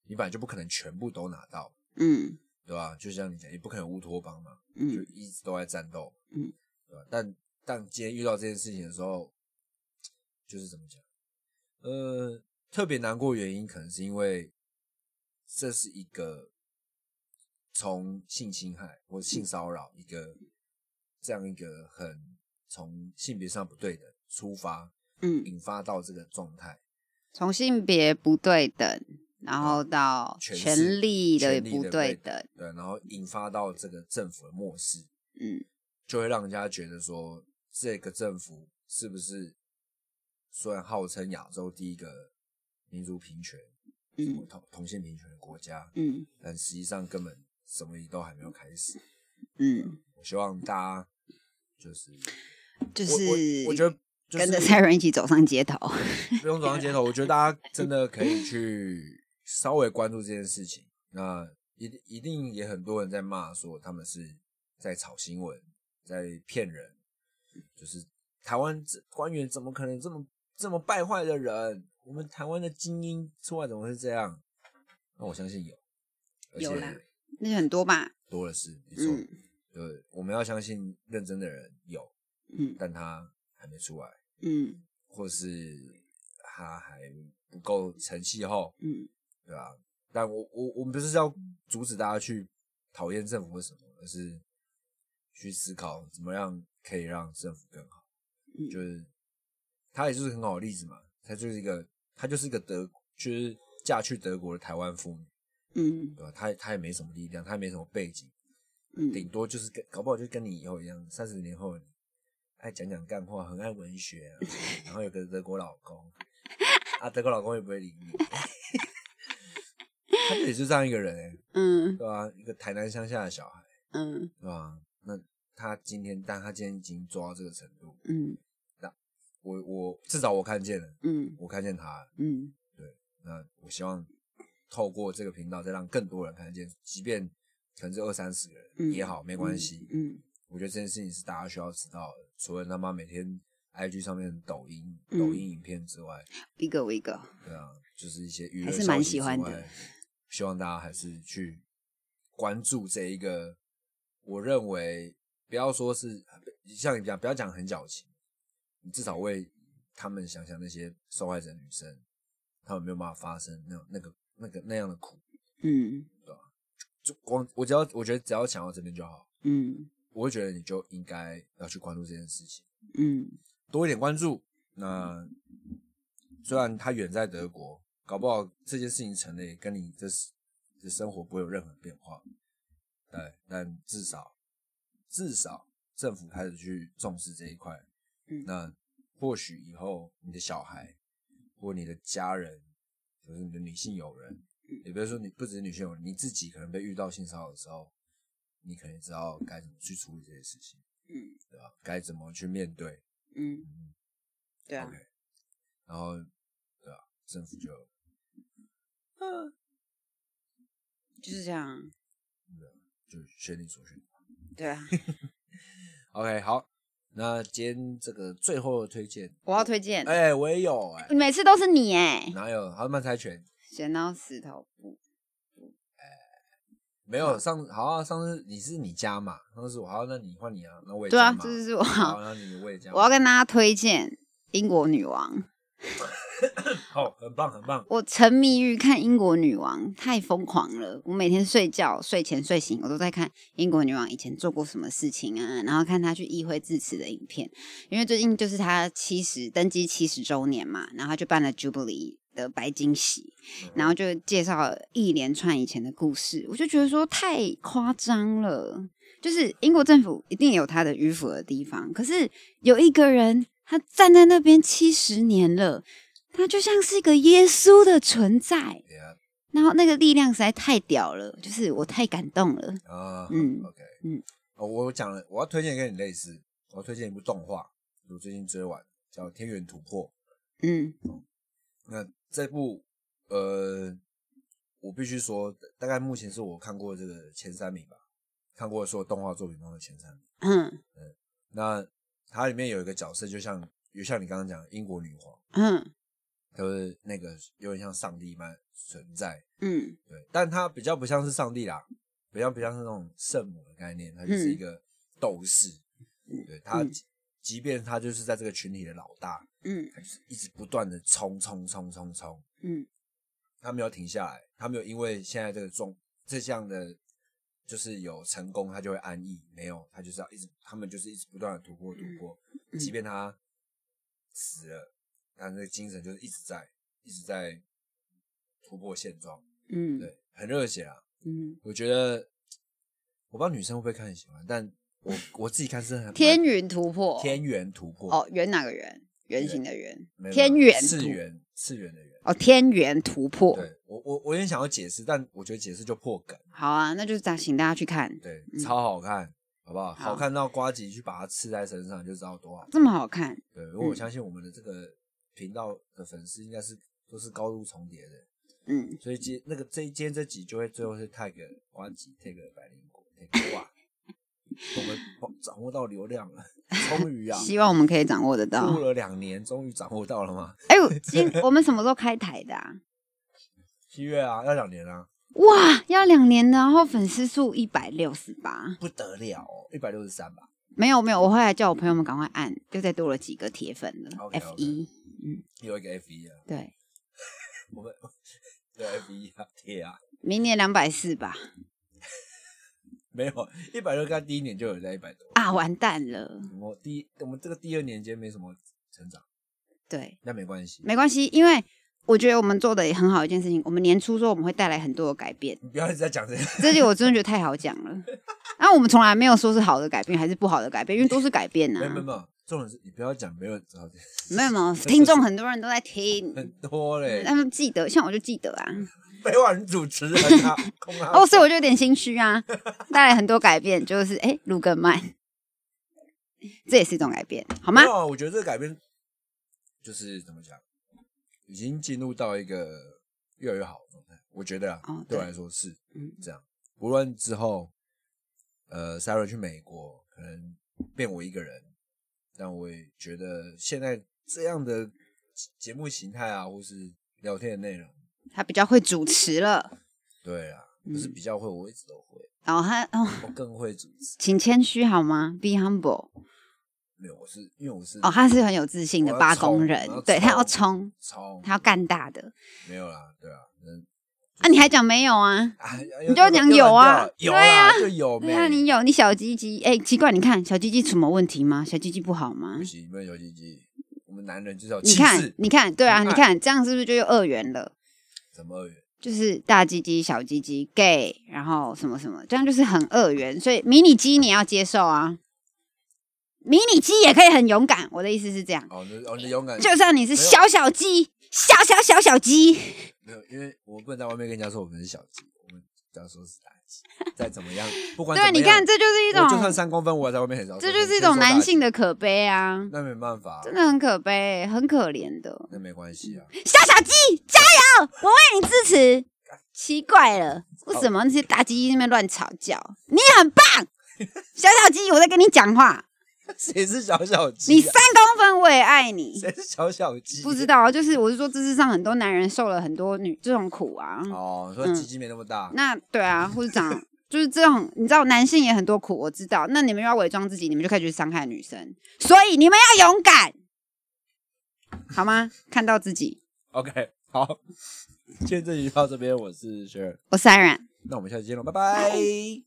S3: 你本来就不可能全部都拿到，
S4: 嗯
S3: 对吧？就像你讲，也不可能乌托邦嘛，就
S4: 嗯
S3: 一直都在战斗，
S4: 嗯，
S3: 对吧？但但今天遇到这件事情的时候，就是怎么讲？呃，特别难过的原因可能是因为这是一个从性侵害或
S4: 嗯
S3: 性骚扰一个这样一个很从性别上不对的出发，
S4: 嗯，
S3: 引发到这个状态，
S4: 从性别不对等，然后到
S3: 啊权势
S4: 哦权力的
S3: 权力
S4: 不
S3: 的
S4: 对
S3: 不
S4: 等，
S3: 对，然后引发到这个政府的漠视，
S4: 嗯
S3: 就会让人家觉得说，这个政府是不是虽然号称亚洲第一个民族平权、
S4: 嗯
S3: 同同性平权的国家，
S4: 嗯
S3: 但实际上根本什么都还没有开始。
S4: 嗯，
S3: 我希望大家就是，
S4: 就
S3: 我
S4: 是
S3: 我我觉得就
S4: 跟着
S3: 是
S4: 蔡人一起走上街头，
S3: 不用走上街头，我觉得大家真的可以去稍微关注这件事情。那一定一定也很多人在骂说他们是在炒新闻，在骗人，就是台湾这官员怎么可能这么这么败坏的人？我们台湾的精英出来怎么会是这样？那我相信有，而
S5: 有啦
S3: 且
S4: 那就很多吧，
S3: 多的是，没错。
S4: 嗯
S3: 对，我们要相信认真的人有，
S4: 嗯
S3: 但他还没出来。
S4: 嗯
S3: 或是他还不够成气候，
S4: 嗯
S3: 对吧、但我我我们不是要阻止大家去讨厌政府或什么，而是去思考怎么样可以让政府更好。
S4: 嗯
S3: 就是他也就是很好的例子嘛，他就是一个他就是一个德就是嫁去德国的台湾妇女，
S4: 嗯
S3: 对吧？他他也没什么力量，他也没什么背景，顶
S4: 嗯，
S3: 多就是跟搞不好就跟你以后一样，三十年后的你爱讲讲干话，很爱文 学、啊，然后有个德国老公，啊，德国老公也不会理你，他也是这样一个人、欸，
S4: 嗯
S3: 对吧、一个台南乡下的小孩，
S4: 嗯
S3: 对吧、啊那他今天，但他今天已经做到这个程度，
S4: 嗯
S3: 我我至少我看见了，
S4: 嗯
S3: 我看见他了，
S4: 嗯，
S3: 那我希望透过这个频道，再让更多人看见，即便可能是二三十个人、
S4: 嗯
S3: 也好，没关系，
S4: 嗯
S3: 我觉得这件事情是大家需要知道的。除了他妈每天 IG 上面的抖音、
S4: 嗯
S3: 抖音影片之外，
S4: 一个我一个，
S3: 对啊，就是一些娱乐消
S4: 还是
S3: 息
S4: 蛮喜欢的
S3: 之外。希望大家还是去关注这一个，我认为不要说是像你讲，不要讲很矫情，你至少为他们想想那些受害者女生，他们没有办法发生那那个那个那样的苦。
S4: 嗯
S3: 就光我只要我觉得只要想到这边就好，
S4: 嗯
S3: 我会觉得你就应该要去关注这件事情。
S4: 嗯
S3: 多一点关注。那虽然他远在德国，搞不好这件事情成了，也跟你这这生活不会有任何变化。对，但至少至少政府开始去重视这一块。
S4: 嗯
S3: 那或许以后你的小孩或你的家人，就是你的女性友人，
S4: 嗯
S3: 也不是说你不只是女性友人，你自己可能被遇到性骚扰的时候，你可能知道该怎么去处理这些事情，
S4: 嗯，
S3: 对吧？该怎么去面对。
S4: 嗯，
S3: 嗯，
S4: 对啊
S3: OK，然后对啊，政府就
S4: 就是这样，啊
S3: 就选你所选。
S4: 对 啊，
S3: OK，好，那今天这个最后的推荐，
S4: 我要推荐，
S3: 哎、我也有哎、
S4: 每次都是你哎，
S3: 哪有？好，慢猜拳
S4: 剪刀石头布，
S3: 没有上好啊，上次你是你加嘛，上次我好，那你换你啊，那我也
S4: 对啊，
S3: 加嘛
S4: 这就是我，啊
S3: 好，那你我也加嘛，
S4: 我要跟大家推荐英国女王。
S3: 好，很棒很棒，
S4: 我沉迷于看英国女王，太疯狂了！我每天睡觉、睡前、睡醒，我都在看英国女王以前做过什么事情啊，然后看她去议会致辞的影片。因为最近就是她七十登基七十周年嘛，然后她就办了 Jubilee 的白金席， 然后就介绍了一连串以前的故事，我就觉得说太夸张了。就是英国政府一定有他的迂腐的地方，可是有一个人他站在那边七十年了，他就像是一个耶稣的存在，
S3: 也
S4: 然后那个力量实在太屌了，就是我太感动了。
S3: 啊，
S4: 嗯
S3: ，OK，
S4: 嗯
S3: 哦，我讲了，我要推荐跟你类似，我要推荐一部动画，我最近追完，叫《天元突破》。
S4: 嗯
S3: 那这部，呃，我必须说，大概目前是我看过这个前三名吧，看过所有动画作品中的前三名。
S4: 嗯
S3: 那它里面有一个角色，就像有像你刚刚讲的英国女皇，
S4: 嗯
S3: 就是那个有点像上帝般存在，
S4: 嗯
S3: 对，但它比较不像是上帝啦，比较不像是那种圣母的概念，它就是一个斗士，对他，
S4: 嗯
S3: 即即便他就是在这个群体的老大，
S4: 嗯
S3: 他就是一直不断的冲冲冲冲冲，
S4: 嗯
S3: 他没有停下来，他没有因为现在这个状这项的，就是有成功，他就会安逸，没有，他就是要一直，他们就是一直不断的突破突破，
S4: 嗯
S3: 即便他死了，他那个精神就是一直在一直在突破现状，
S4: 嗯
S3: 对，很热血啊，
S4: 嗯，
S3: 我觉得我不知道女生会不会看很喜欢，但我我自己看是很
S4: 天云突破，
S3: 天元突破
S4: 哦，圆哪个圆？圆形的圆
S3: 没，有
S4: 天
S3: 没有
S4: 元
S3: 次
S4: 突
S3: 元次元的元。
S4: 哦，天元突破，
S3: 对我我我有点想要解释，但我觉得解释就破梗。
S4: 好啊，那就咱请大家去看，
S3: 对，
S4: 嗯
S3: 超好看，好不好？
S4: 好
S3: 好看到瓜吉去把它刺在身上，就知道多好。
S4: 这么好看，
S3: 对，因为我
S4: 嗯
S3: 相信我们的这个频道的粉丝应该是都是高度重叠的，
S4: 嗯，
S3: 所以今那个这今天这集就会最后是 tag 瓜吉，tag 百灵果，tag 哇，我们哦掌握到流量了， 终于啊，
S4: 希望我们可以掌握得
S3: 录
S4: 到。
S3: 了两年，终于掌握到了吗？
S4: 哎呦，今我们什么时候开台的啊？
S3: 七月啊，要两年啊，
S4: 哇，要两年，然后粉丝数一百六十八，
S3: 不得了、哦，一百六十三吧。
S4: 没有没有，我后来叫我朋友们赶快按，又再多了几个铁粉了
S3: OK，OK
S4: ，F 一，
S3: 有一个 F 一啊，
S4: 对，
S3: 我们 对 F 一啊，铁啊，
S4: 明年两百四吧，
S3: 没有一百六，刚第一年就有在一百多。
S4: 啊，完蛋了，
S3: 我第一我们这个第二年间没什么成长，
S4: 对，
S3: 那没关系，
S4: 没关系，因为我觉得我们做的也很好一件事情。我们年初说我们会带来很多的改变，
S3: 你不要一直在 讲这个。
S4: 这些我真的觉得太好讲了。 然后我们从来没有说是好的改变还是不好的改变，因为都是改变呐、
S3: 没有
S4: 啊
S3: 没有。没有，重点是你不要讲没有知道这
S4: 没有没有，听众很多人都在听， 嗯
S3: 很嗯多嘞，
S4: 他们记得，像我就记得啊。
S3: 没完主持人 啊，空啊。
S4: 哦，所以我就有点心虚 啊。带来很多改变，就是哎，录更慢，这也是一种改变，好吗
S3: 没？有啊，我觉得这个改变就是怎么讲，已经进入到一个越来越好的状态。我觉得啊，
S4: 哦
S3: 对我
S4: 对
S3: 来说是
S4: 嗯
S3: 这样。无论之后，呃，Sarah 去美国，可能变我一个人，但我也觉得现在这样的节节目形态啊，或是聊天的内容，
S4: 他比较会主持了，
S3: 对啊，不是
S4: 嗯
S3: 比较会，我一直都会，
S4: 然后他哦，
S3: 我更会主持。
S4: 请谦虚好吗？Be humble。
S3: 没有，我是因为我是
S4: 哦，他是很有自信的
S3: 我要
S4: 八公
S3: 冲
S4: 人
S3: 我要，
S4: 对他要
S3: 冲
S4: 冲，
S3: 超
S4: 他要干大的
S3: 没有啦，对啊，嗯。
S4: 啊！你还讲没有啊？
S3: 哎呀
S4: 你就讲有啊
S3: 又又软掉了有
S4: 对
S3: 啦，
S4: 啊
S3: 就有
S4: 对啊，
S3: 没
S4: 你有你小鸡鸡，哎、奇怪，你看小鸡鸡什么问题吗？小鸡鸡不好吗
S3: 不？行，没有小鸡鸡，我们男人就是要
S4: 你
S3: 气
S4: 看
S3: 势，，
S4: 你看，对啊，
S3: 你
S4: 你
S3: 看
S4: 看这样是不是就又二元了？
S3: 怎么二元？
S4: 就是大鸡鸡、小鸡鸡、gay，然后什么什么，这样就是很二元。所以迷你鸡你要接受啊，迷你鸡也可以很勇敢。我的意思是这样，
S3: 哦，那哦，你勇敢，
S4: 就算你是
S3: 没有
S4: 小小鸡，小小小小鸡，
S3: 没有，因为我不能在外面跟人家说我们是小鸡，我们只要说是大鸡，再怎么样，不管怎么
S4: 对，啊
S3: 样
S4: 你看，这就是一
S3: 我就算
S4: 种，
S3: 三公分，我也在外面很少说，
S4: 这就是
S3: 先
S4: 一种
S3: 说大
S4: 男性
S3: 鸡，
S4: 的可悲啊。
S3: 那没办法，
S4: 真的很可悲，很可怜的。
S3: 那没关系啊，
S4: 小小鸡，加油！我为你支持。奇怪了，为什么那些大鸡那边乱吵叫？你很棒，小小鸡，我在跟你讲话。
S3: 谁是小小鸡啊？
S4: 你三公分，我也爱 你。
S3: 谁是小小鸡？
S4: 不知道啊，就是我是说，这世上很多男人受了很多女这种苦啊。
S3: 哦，说
S4: 嗯
S3: 鸡鸡没那么大，
S4: 那对啊，或者长就是这种，你知道男性也很多苦，我知道。那你们又要伪装自己，你们就开始去伤害女生，所以你们要勇敢，好吗？看到自己，
S3: OK，好，今天这集到这边，我是 s h e r
S4: 我是安然。
S3: 那我们下期见喽，拜拜。